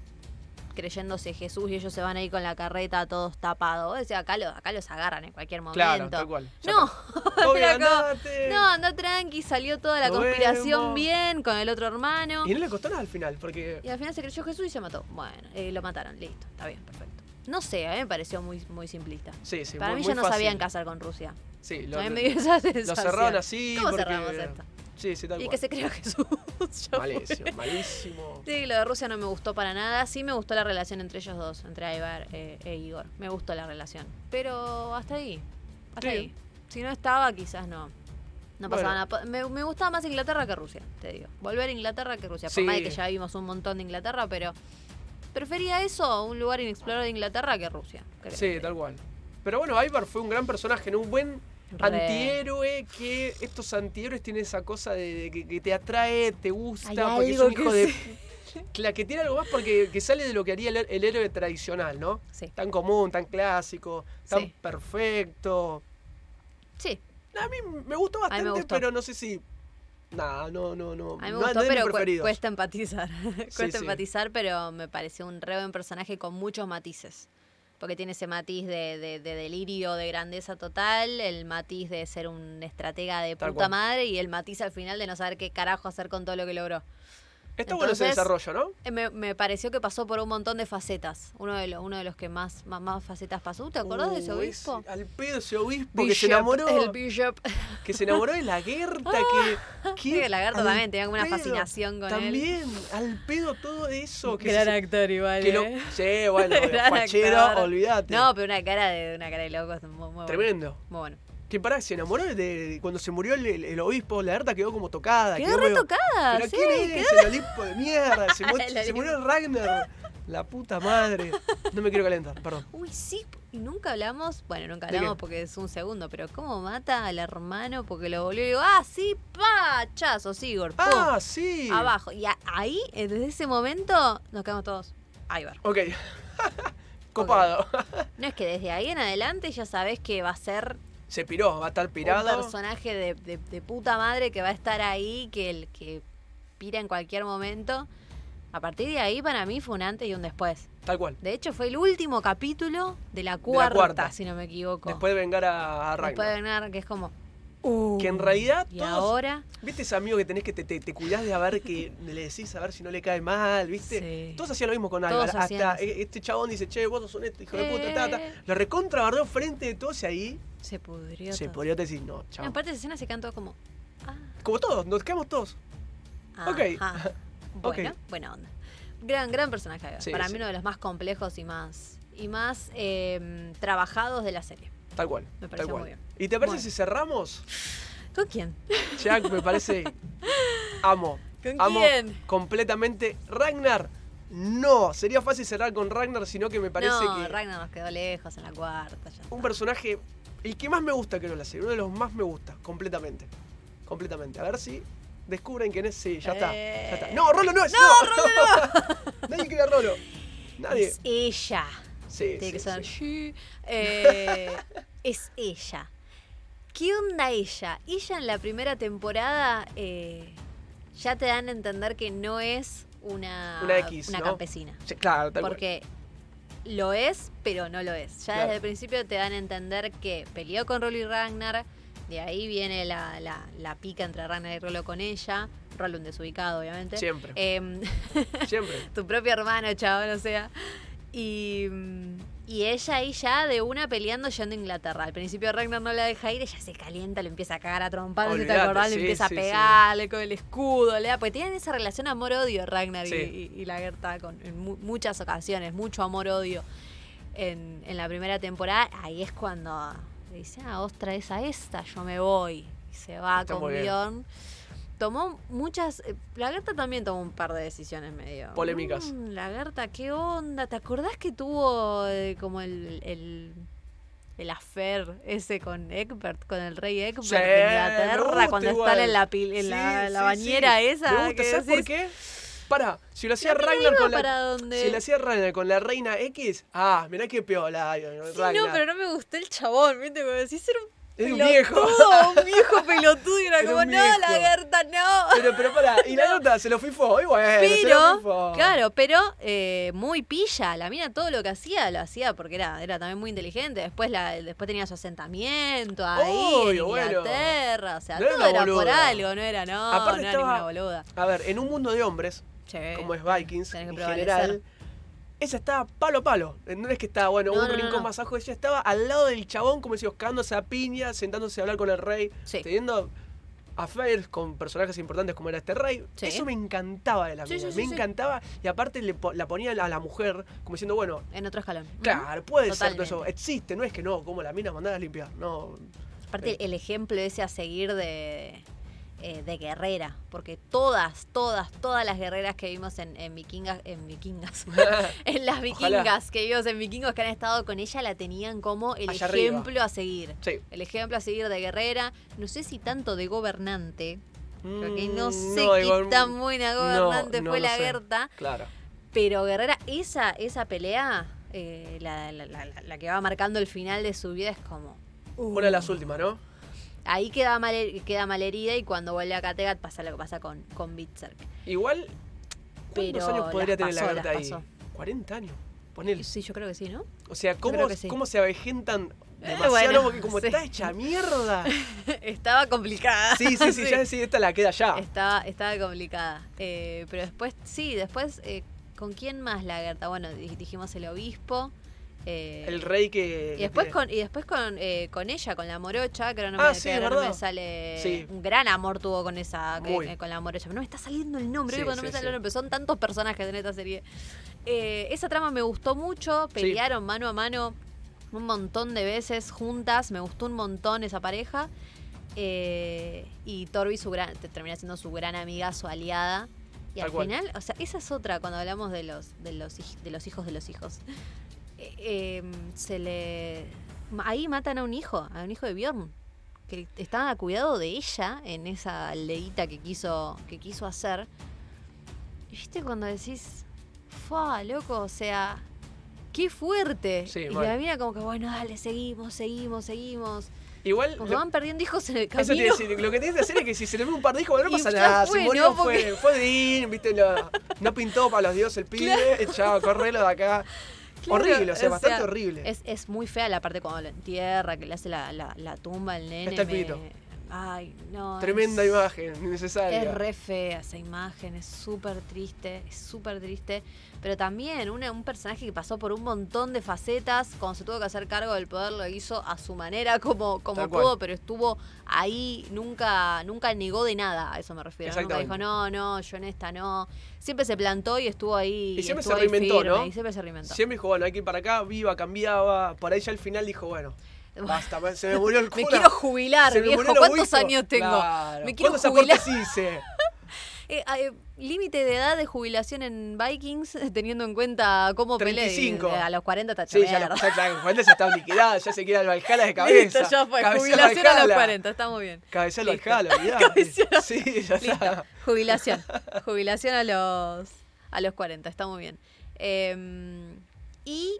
Speaker 2: creyéndose Jesús y ellos se van ahí con la carreta todos tapados. Vos decís, acá, lo- acá los agarran en cualquier momento.
Speaker 1: Claro, tal cual. ya
Speaker 2: No,
Speaker 1: está. Obvio,
Speaker 2: pero acá-
Speaker 1: andate.
Speaker 2: no, anda tranqui, salió toda la
Speaker 1: Nos
Speaker 2: conspiración
Speaker 1: vemos.
Speaker 2: bien con el otro hermano.
Speaker 1: Y no le costó nada al final, porque
Speaker 2: Y al final se creyó Jesús y se mató. Bueno, eh, lo mataron, listo, está bien, perfecto. No sé, a mí me pareció muy, muy simplista.
Speaker 1: sí, sí,
Speaker 2: Para
Speaker 1: muy-
Speaker 2: mí
Speaker 1: muy
Speaker 2: ya no
Speaker 1: fácil.
Speaker 2: sabían casar con Rusia.
Speaker 1: Sí,
Speaker 2: a
Speaker 1: lo,
Speaker 2: mí
Speaker 1: lo-
Speaker 2: me dio esa
Speaker 1: lo
Speaker 2: sensación.
Speaker 1: cerraron así
Speaker 2: ¿Cómo
Speaker 1: porque...
Speaker 2: cerramos esto?
Speaker 1: Sí, sí, tal
Speaker 2: Y
Speaker 1: cual.
Speaker 2: que se creó Jesús. Ya fue.
Speaker 1: Malísimo, malísimo.
Speaker 2: Sí, lo de Rusia no me gustó para nada. Sí me gustó la relación entre ellos dos, entre Ivar eh, e Igor. Me gustó la relación. Pero hasta ahí. Hasta
Speaker 1: Sí.
Speaker 2: ahí. Si no estaba, quizás no. No
Speaker 1: Bueno.
Speaker 2: pasaba nada. Pa- Me, me gustaba más Inglaterra que Rusia, te digo. Volver a Inglaterra que Rusia. Por
Speaker 1: Sí.
Speaker 2: más de que ya vimos un montón de Inglaterra, pero prefería eso, un lugar inexplorado de Inglaterra que Rusia. creo.
Speaker 1: Sí, tal cual. Pero bueno, Ivar fue un gran personaje, ¿no? un buen
Speaker 2: Re.
Speaker 1: antihéroe que estos antihéroes tienen esa cosa de, de que, que te atrae, te gusta,
Speaker 2: Hay
Speaker 1: porque es
Speaker 2: algo
Speaker 1: un hijo
Speaker 2: que
Speaker 1: de... La que tiene algo más porque que sale de lo que haría el, el héroe tradicional, ¿no?
Speaker 2: Sí.
Speaker 1: Tan común, tan clásico, tan
Speaker 2: Sí.
Speaker 1: perfecto.
Speaker 2: Sí,
Speaker 1: A mí me gustó
Speaker 2: mí me
Speaker 1: bastante,
Speaker 2: gustó.
Speaker 1: pero no sé si... Nada, no, no, no.
Speaker 2: A mí me
Speaker 1: no,
Speaker 2: gustó,
Speaker 1: no es mi
Speaker 2: pero cu-
Speaker 1: preferido.
Speaker 2: cuesta empatizar. cuesta
Speaker 1: sí.
Speaker 2: empatizar, pero me pareció un re buen personaje con muchos matices. Porque tiene ese matiz de, de- de delirio, de grandeza total, el matiz de ser un estratega de
Speaker 1: Tal
Speaker 2: puta
Speaker 1: cual.
Speaker 2: madre y el matiz al final de no saber qué carajo hacer con todo lo que logró.
Speaker 1: Está bueno ese
Speaker 2: Entonces-
Speaker 1: desarrollo, ¿no?
Speaker 2: Eh, Me, me pareció que pasó por un montón de facetas. Uno de, los uno de los que más, más, más facetas pasó. ¿Te acordás de ese
Speaker 1: Uh,
Speaker 2: obispo?
Speaker 1: ese- al pedo ese obispo que se
Speaker 2: Bishop,
Speaker 1: enamoró.
Speaker 2: El bishop.
Speaker 1: que se enamoró de Lagerta, que... que
Speaker 2: Sí, Ah. que Lagarto
Speaker 1: al
Speaker 2: también tenía como una
Speaker 1: pedo,
Speaker 2: fascinación con él.
Speaker 1: También, al pedo todo eso. Que se-
Speaker 2: actor igual,
Speaker 1: que lo-
Speaker 2: eh.
Speaker 1: Sí, bueno,
Speaker 2: Gran
Speaker 1: fachero,
Speaker 2: actor.
Speaker 1: olvídate.
Speaker 2: No, pero una cara de una cara de loco es muy, muy bueno.
Speaker 1: Tremendo.
Speaker 2: Muy bueno.
Speaker 1: Que pará, se enamoró de, de- cuando se murió el, el- el obispo, Lagerta Ah, quedó como tocada.
Speaker 2: Quedó
Speaker 1: medio,
Speaker 2: retocada,
Speaker 1: ¿Pero
Speaker 2: sí.
Speaker 1: quién es el obispo de mierda? Se, mu-
Speaker 2: El
Speaker 1: se
Speaker 2: obispo.
Speaker 1: murió Ragnar. La puta madre. No me quiero calentar, perdón.
Speaker 2: Uy, sí, Y nunca hablamos, bueno, nunca
Speaker 1: ¿De qué?
Speaker 2: hablamos porque es un segundo, pero ¿cómo mata al hermano? Porque lo volvió y digo, ah, sí, pachazo, Sigurd, pum,
Speaker 1: Ah, sí.
Speaker 2: Uh, abajo. Y a- ahí, desde ese momento, nos quedamos todos. Ahí va.
Speaker 1: Ok. Copado.
Speaker 2: No es que desde ahí en adelante ya sabes que va a ser
Speaker 1: Se piró, va a estar
Speaker 2: un
Speaker 1: pirado.
Speaker 2: personaje de, de- de puta madre que va a estar ahí, que el que pira en cualquier momento. A partir de ahí, para mí fue un antes y un después.
Speaker 1: Tal cual.
Speaker 2: De hecho, fue el último capítulo de la cuarta,
Speaker 1: cuarta.
Speaker 2: si no me equivoco.
Speaker 1: Después de vengar a, a
Speaker 2: Después de
Speaker 1: Ragnar.
Speaker 2: ganar, que es como. uh.
Speaker 1: Que en realidad
Speaker 2: Y
Speaker 1: todos-
Speaker 2: ahora.
Speaker 1: ¿Viste ese amigo que tenés que te, te, te cuidás de a ver que le decís a ver si no le cae mal, viste?
Speaker 2: Sí.
Speaker 1: Todos hacían lo mismo con
Speaker 2: Todos
Speaker 1: Álvaro.
Speaker 2: hacían
Speaker 1: Hasta
Speaker 2: eso.
Speaker 1: eh, este chabón dice, che, vos sos un este, hijo de puta, ta, ta.
Speaker 2: Eh.
Speaker 1: Lo recontra bardeó frente de todos y ahí
Speaker 2: Se pudrió.
Speaker 1: se
Speaker 2: todo.
Speaker 1: podría decir, no,
Speaker 2: No,
Speaker 1: chabón.
Speaker 2: en parte de escena se cantó como. Ah,
Speaker 1: Como todos, nos quedamos todos.
Speaker 2: ah,
Speaker 1: Ok.
Speaker 2: ah. Bueno,
Speaker 1: Ok.
Speaker 2: buena onda. Gran, gran personaje. Eva.
Speaker 1: Sí,
Speaker 2: Para
Speaker 1: sí.
Speaker 2: mí uno de los más complejos y más. Y más eh, trabajados de la serie.
Speaker 1: Tal cual.
Speaker 2: Me
Speaker 1: tal
Speaker 2: pareció
Speaker 1: cual.
Speaker 2: muy bien.
Speaker 1: ¿Y te parece
Speaker 2: Bueno.
Speaker 1: si cerramos?
Speaker 2: ¿Con quién?
Speaker 1: Jack me parece. Amo.
Speaker 2: ¿Con
Speaker 1: Amo
Speaker 2: quién?
Speaker 1: completamente. Ragnar, no. Sería fácil cerrar con Ragnar, sino que me parece
Speaker 2: no,
Speaker 1: que.
Speaker 2: Ragnar nos quedó lejos en la cuarta. ya
Speaker 1: un
Speaker 2: está.
Speaker 1: personaje, el que más me gusta creo la serie, uno de los más me gusta, completamente. Completamente. A ver si descubren quién es. Sí, ya está. Ya está. No, Rolo no es. No, Rolo no. Nadie quiere a Rolo. Nadie.
Speaker 2: Es ella.
Speaker 1: Sí,
Speaker 2: Tiene
Speaker 1: sí,
Speaker 2: que sonar.
Speaker 1: sí.
Speaker 2: "Shi". Eh, es ella. ¿Qué onda ella? Ella en la primera temporada eh, ya te dan a entender que no es una,
Speaker 1: Una X, ¿no?
Speaker 2: campesina.
Speaker 1: Sí, claro, tal cual.
Speaker 2: Porque lo es, pero no lo es. Ya
Speaker 1: Claro.
Speaker 2: desde el principio te dan a entender que peleó con Rolo y Ragnar. De ahí viene la, la- la pica entre Ragnar y Rolo con ella. Rolo un desubicado, obviamente.
Speaker 1: Siempre,
Speaker 2: Em,
Speaker 1: siempre.
Speaker 2: tu propio hermano, chabón, o sea. Y, mm, y ella ahí ya de una peleando yendo a Inglaterra. Al principio Ragnar no la deja ir, ella se calienta, le empieza a cagar a trompar, si te
Speaker 1: Olvídate,
Speaker 2: acordás, le
Speaker 1: sí,
Speaker 2: empieza
Speaker 1: sí,
Speaker 2: a
Speaker 1: sí.
Speaker 2: pegar, le con el escudo, le da. Porque tienen esa relación amor-odio Ragnar y-
Speaker 1: Sí.
Speaker 2: y, y Lagertha con, en mu- muchas ocasiones, mucho amor-odio. En, en la primera temporada, ahí es cuando le dice, ah, vos traes a esta, yo me voy. Y se va
Speaker 1: Está
Speaker 2: con
Speaker 1: muy bien.
Speaker 2: Bjorn. Tomó muchas. eh, Lagertha también tomó un par de decisiones medio.
Speaker 1: Polémicas.
Speaker 2: "Mm, Lagertha, ¿qué onda? ¿Te acordás que tuvo eh, como el, el, el affair ese con Egbert, con el rey Egbert
Speaker 1: Sí,
Speaker 2: de
Speaker 1: me
Speaker 2: Inglaterra,
Speaker 1: gusta
Speaker 2: cuando
Speaker 1: igual.
Speaker 2: están en la, pil- en
Speaker 1: Sí,
Speaker 2: la, la
Speaker 1: sí,
Speaker 2: bañera
Speaker 1: sí.
Speaker 2: esa?
Speaker 1: Me gusta,
Speaker 2: que
Speaker 1: ¿sabes por
Speaker 2: decís,
Speaker 1: qué? Para, si lo hacía
Speaker 2: "No tengo
Speaker 1: Ragnar con
Speaker 2: idea para
Speaker 1: la.
Speaker 2: dónde".
Speaker 1: Si lo hacía Ragnar con la reina X, ah, mirá qué piola.
Speaker 2: Sí, no, pero no me gustó el chabón, ¿viste? Como decís, era un
Speaker 1: Era un
Speaker 2: pelotudo, un viejo pelotudo, y era,
Speaker 1: Era
Speaker 2: como,
Speaker 1: un
Speaker 2: no,
Speaker 1: viejo".
Speaker 2: Lagertha, no.
Speaker 1: Pero, pero para, y la nota se lo fui fo, y bueno, se lo
Speaker 2: Pero,
Speaker 1: fifó.
Speaker 2: claro, pero eh, muy pilla. La mina todo lo que hacía, lo hacía porque era, era también muy inteligente. Después la, después tenía su asentamiento ahí
Speaker 1: Obvio,
Speaker 2: en
Speaker 1: bueno.
Speaker 2: Inglaterra. O sea,
Speaker 1: No era
Speaker 2: todo
Speaker 1: una
Speaker 2: era por
Speaker 1: boluda.
Speaker 2: algo, no era, no,
Speaker 1: Aparte
Speaker 2: no era
Speaker 1: estaba-
Speaker 2: ninguna boluda.
Speaker 1: A ver, en un mundo de hombres,
Speaker 2: Che.
Speaker 1: como es Vikings
Speaker 2: Eh, Tenés que
Speaker 1: en
Speaker 2: prevalecer.
Speaker 1: general, esa estaba palo a palo. No es que estaba, bueno,
Speaker 2: No,
Speaker 1: un
Speaker 2: no, no,
Speaker 1: rincón
Speaker 2: no.
Speaker 1: más abajo, ella estaba al lado del chabón, como si buscándose a piña, sentándose a hablar con el rey,
Speaker 2: Sí.
Speaker 1: teniendo affairs con personajes importantes como era este rey.
Speaker 2: Sí.
Speaker 1: Eso me encantaba de la
Speaker 2: Sí,
Speaker 1: mina,
Speaker 2: sí, sí,
Speaker 1: me
Speaker 2: sí.
Speaker 1: encantaba. Y aparte le po- la ponía a la mujer como diciendo, bueno,
Speaker 2: En otro escalón.
Speaker 1: claro, puede ser todo eso,
Speaker 2: Totalmente.
Speaker 1: existe, no es que no, como la mina mandada a limpiar, no.
Speaker 2: Ujú. Aparte, el ejemplo ese a seguir de. eh, de guerrera, porque todas, todas, todas las guerreras que vimos en, en vikingas, en vikingas, en las
Speaker 1: Ojalá.
Speaker 2: vikingas que vivos en vikingos que han estado con ella la tenían como el
Speaker 1: Allá arriba.
Speaker 2: ejemplo a seguir.
Speaker 1: sí.
Speaker 2: El ejemplo a seguir de guerrera, no sé si tanto de gobernante, porque no
Speaker 1: Mm,
Speaker 2: sé
Speaker 1: igual-
Speaker 2: qué tan buena
Speaker 1: no,
Speaker 2: gobernante
Speaker 1: no
Speaker 2: fue
Speaker 1: lo
Speaker 2: la
Speaker 1: sé.
Speaker 2: Gerta,
Speaker 1: Claro.
Speaker 2: pero guerrera, esa, esa pelea, eh, la, la- la- la- la que va marcando el final de su vida es como...
Speaker 1: Una de las últimas, ¿no?
Speaker 2: Ahí queda mal, queda malherida y cuando vuelve a Kattegat pasa lo que pasa con, con Bitserk.
Speaker 1: Igual, ¿cuántos
Speaker 2: Pero
Speaker 1: años podría
Speaker 2: las
Speaker 1: tener
Speaker 2: pasó,
Speaker 1: la carta
Speaker 2: las
Speaker 1: ahí?
Speaker 2: pasó.
Speaker 1: 40 años. Ponele.
Speaker 2: Sí, yo creo que sí, ¿no?
Speaker 1: O sea, ¿cómo,
Speaker 2: creo que sí.
Speaker 1: cómo se avejentan
Speaker 2: Eh,
Speaker 1: demasiado?
Speaker 2: bueno,
Speaker 1: porque como
Speaker 2: sí.
Speaker 1: está hecha mierda.
Speaker 2: Estaba complicada.
Speaker 1: Sí, sí, sí, ya sí, esta la queda ya.
Speaker 2: Estaba, estaba complicada. Eh, pero después, sí, después, eh, ¿con quién más Lagerta? Bueno, di- dijimos el obispo. eh,
Speaker 1: El rey que.
Speaker 2: y después
Speaker 1: que-
Speaker 2: con, y después con, eh, con ella, con la morocha, que ahora no,
Speaker 1: Ah,
Speaker 2: me,
Speaker 1: sí,
Speaker 2: que
Speaker 1: es
Speaker 2: ahora no me
Speaker 1: verdad.
Speaker 2: sale.
Speaker 1: Sí.
Speaker 2: Un gran amor tuvo con esa, que-
Speaker 1: Muy.
Speaker 2: que con la morocha. Pero no me está saliendo el nombre,
Speaker 1: Sí,
Speaker 2: ¿viste? no
Speaker 1: sí,
Speaker 2: me sale
Speaker 1: sí.
Speaker 2: el nombre, son tantos personajes en esta serie. Eh, esa trama me gustó mucho, pelearon mano a mano un montón de veces juntas, me gustó un montón esa pareja. Eh, y Torbi su gran, te- termina siendo su gran amiga, su aliada. Y
Speaker 1: Tal
Speaker 2: al
Speaker 1: cual.
Speaker 2: final, o sea, esa es otra cuando hablamos de los, de los hij- de los hijos de los hijos. eh, eh, se le. ma- Ahí matan a un hijo, a un hijo de Bjorn. Que estaba a cuidado de ella en esa aldeíta que quiso, que quiso hacer. Y viste cuando decís. Fua, loco, o sea. ¡Qué fuerte!
Speaker 1: Sí,
Speaker 2: y
Speaker 1: mal.
Speaker 2: la mina como que, bueno, dale, seguimos, seguimos, seguimos.
Speaker 1: Igual.
Speaker 2: Como que
Speaker 1: lo-
Speaker 2: van perdiendo hijos en el
Speaker 1: eso
Speaker 2: camino.
Speaker 1: te iba a decir, lo que tenés que hacer es que si se le ve un par de hijos, bueno, no
Speaker 2: Y
Speaker 1: pasa
Speaker 2: ya
Speaker 1: nada.
Speaker 2: fue,
Speaker 1: si murió
Speaker 2: ¿no? Porque-
Speaker 1: fue, fue Dean, viste, lo- no pintó para los dioses el pibe, chao, correlo de acá.
Speaker 2: Claro,
Speaker 1: horrible, o sea,
Speaker 2: o
Speaker 1: bastante
Speaker 2: sea,
Speaker 1: horrible.
Speaker 2: Es, es muy fea la parte cuando lo entierra, que le hace la, la, la tumba al nene.
Speaker 1: Está el
Speaker 2: me-
Speaker 1: pibito.
Speaker 2: Ay, no.
Speaker 1: Tremenda
Speaker 2: es,
Speaker 1: imagen, innecesaria.
Speaker 2: Es re fea esa imagen, es súper triste, es súper triste. Pero también una- un personaje que pasó por un montón de facetas, cuando se tuvo que hacer cargo del poder lo hizo a su manera, como, como
Speaker 1: Tal cual.
Speaker 2: pudo, pero estuvo ahí, nunca nunca negó de nada, a eso me refiero. Nunca
Speaker 1: Exactamente.
Speaker 2: dijo, no, no, yo en esta no. Siempre se plantó y estuvo ahí.
Speaker 1: Y siempre se
Speaker 2: estuvo ahí
Speaker 1: reinventó,
Speaker 2: firme,
Speaker 1: ¿no?
Speaker 2: Y siempre se reinventó.
Speaker 1: Siempre dijo, bueno, hay que ir para acá, viva, cambiaba. Por ahí ya al final dijo, bueno, basta, me- se me murió el
Speaker 2: Me
Speaker 1: culo.
Speaker 2: quiero jubilar,
Speaker 1: se me
Speaker 2: viejo.
Speaker 1: murió el
Speaker 2: ¿Cuántos
Speaker 1: abuelito.
Speaker 2: años tengo?
Speaker 1: Claro.
Speaker 2: Me quiero
Speaker 1: ¿Cuántos
Speaker 2: jubilar.
Speaker 1: aportes hice?
Speaker 2: Eh, ah, eh, Límite de edad de jubilación en Vikings, eh, teniendo en cuenta cómo peleé.
Speaker 1: 35.
Speaker 2: Eh, A los 40 está
Speaker 1: Sí, ya, lo, ya, ya, Juan se está liquidado, ya se quiere al Valhalla de cabeza.
Speaker 2: Listo, ya fue.
Speaker 1: Cabecea al
Speaker 2: jubilación a los
Speaker 1: Valhalla.
Speaker 2: 40, estamos bien.
Speaker 1: Cabecea al
Speaker 2: Listo.
Speaker 1: Valhalla,
Speaker 2: Cabecea
Speaker 1: olvidate.
Speaker 2: al-
Speaker 1: Sí, ya
Speaker 2: Listo.
Speaker 1: está.
Speaker 2: Jubilación. Jubilación a los, a los 40, está muy bien. Eh, y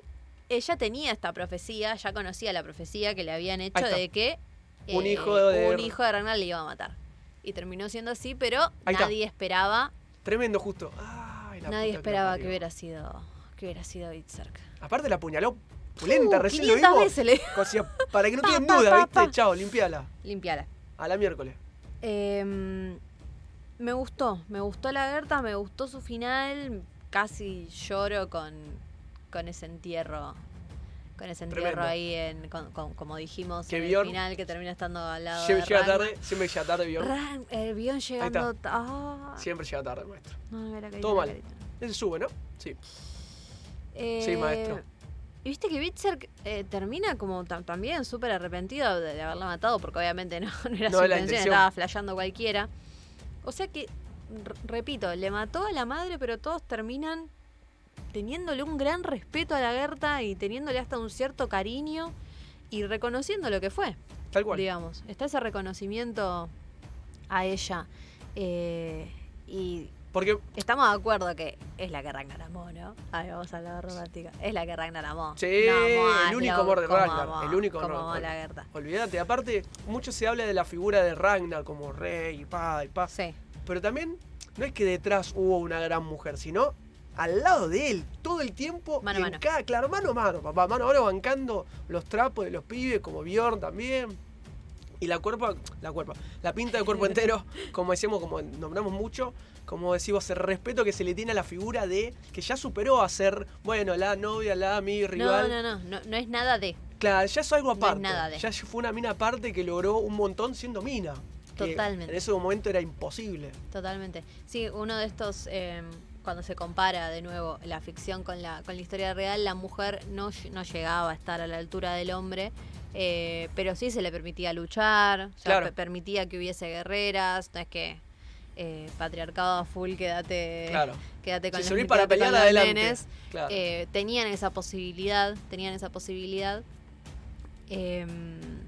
Speaker 2: ella tenía esta profecía, ya conocía la profecía que le habían hecho
Speaker 1: está.
Speaker 2: de que eh,
Speaker 1: Un hijo de-
Speaker 2: un hijo de Ragnar le iba a matar. Y terminó siendo así, pero
Speaker 1: Ahí está.
Speaker 2: nadie esperaba,
Speaker 1: Tremendo, justo. Ay, la
Speaker 2: nadie
Speaker 1: puta que
Speaker 2: esperaba
Speaker 1: lo
Speaker 2: que,
Speaker 1: parió.
Speaker 2: hubiera sido que hubiera sido Itzerk.
Speaker 1: Aparte la apuñaló pulenta,
Speaker 2: Uh,
Speaker 1: recién lo
Speaker 2: 500
Speaker 1: vimos.
Speaker 2: veces le
Speaker 1: O sea, para que no
Speaker 2: Pa,
Speaker 1: queden
Speaker 2: pa,
Speaker 1: duda,
Speaker 2: pa,
Speaker 1: ¿viste?
Speaker 2: pa.
Speaker 1: Chao, limpiala.
Speaker 2: limpiala.
Speaker 1: A la miércoles.
Speaker 2: Em, me gustó, me gustó la Berta, me gustó su final. Casi lloro con, con ese entierro. Con ese entierro
Speaker 1: Tremendo.
Speaker 2: ahí, en, con- con- como dijimos,
Speaker 1: Que
Speaker 2: en el
Speaker 1: Bjorn
Speaker 2: final que termina estando al lado.
Speaker 1: Siempre
Speaker 2: de
Speaker 1: llega
Speaker 2: Ragnar.
Speaker 1: tarde, siempre llega tarde, Bjorn.
Speaker 2: Ran- el Bjorn llegando. ta- ah,
Speaker 1: Siempre llega tarde, maestro.
Speaker 2: no, no, la carita,
Speaker 1: Todo
Speaker 2: la
Speaker 1: mal.
Speaker 2: carita.
Speaker 1: Él se sube, ¿no? Sí.
Speaker 2: Eh,
Speaker 1: maestro.
Speaker 2: Y viste que Bitzer eh, termina como tam- también súper arrepentido de, de haberla matado, porque obviamente no, no era
Speaker 1: No
Speaker 2: su
Speaker 1: era la
Speaker 2: intención,
Speaker 1: intención.
Speaker 2: estaba flasheando cualquiera. O sea que, r- repito, le mató a la madre, pero todos terminan teniéndole un gran respeto a la Gerta y teniéndole hasta un cierto cariño y reconociendo lo que fue
Speaker 1: Tal cual.
Speaker 2: digamos. Está ese reconocimiento a ella. eh, y
Speaker 1: Porque,
Speaker 2: estamos de acuerdo que es la que Ragnar amó, ¿no? Ay, vamos a hablar romántica. Es la que Ragnar amó.
Speaker 1: Sí,
Speaker 2: No amó a
Speaker 1: el único
Speaker 2: Aslo
Speaker 1: amor de
Speaker 2: como
Speaker 1: Ragnar,
Speaker 2: amó-
Speaker 1: el único
Speaker 2: como
Speaker 1: amor.
Speaker 2: amó a la Gerda.
Speaker 1: olvídate, aparte, mucho se habla de la figura de Ragnar como rey y pa, y pa.
Speaker 2: Sí,
Speaker 1: Pero también, no es que detrás hubo una gran mujer, sino al lado de él, todo el tiempo.
Speaker 2: Mano a
Speaker 1: y en
Speaker 2: mano.
Speaker 1: cada- claro, mano a mano, papá. Mano a mano bancando los trapos de los pibes, como Bjorn también. Y la cuerpa, la cuerpa, la pinta de cuerpo entero, como decimos, como nombramos mucho, como decimos, el respeto que se le tiene a la figura de que ya superó a ser, bueno, la novia, la mi
Speaker 2: No,
Speaker 1: rival.
Speaker 2: no, no, no, no es nada de.
Speaker 1: Claro, ya es algo
Speaker 2: es
Speaker 1: aparte.
Speaker 2: nada de-
Speaker 1: Ya fue una mina aparte que logró un montón siendo mina. que
Speaker 2: Totalmente.
Speaker 1: En ese momento era imposible.
Speaker 2: Totalmente. Sí, uno de estos, eh, cuando se compara de nuevo la ficción con la, con la historia real, la mujer no, ll- no llegaba a estar a la altura del hombre, eh, pero sí se le permitía luchar, o sea,
Speaker 1: Claro.
Speaker 2: pe- permitía que hubiese guerreras, no es que eh, patriarcado a full, quédate,
Speaker 1: Claro.
Speaker 2: quédate con
Speaker 1: Si
Speaker 2: los-
Speaker 1: servís para
Speaker 2: quédate con
Speaker 1: pelear
Speaker 2: los
Speaker 1: adelante.
Speaker 2: nenes.
Speaker 1: Claro.
Speaker 2: Eh, tenían esa posibilidad, tenían esa posibilidad. Em,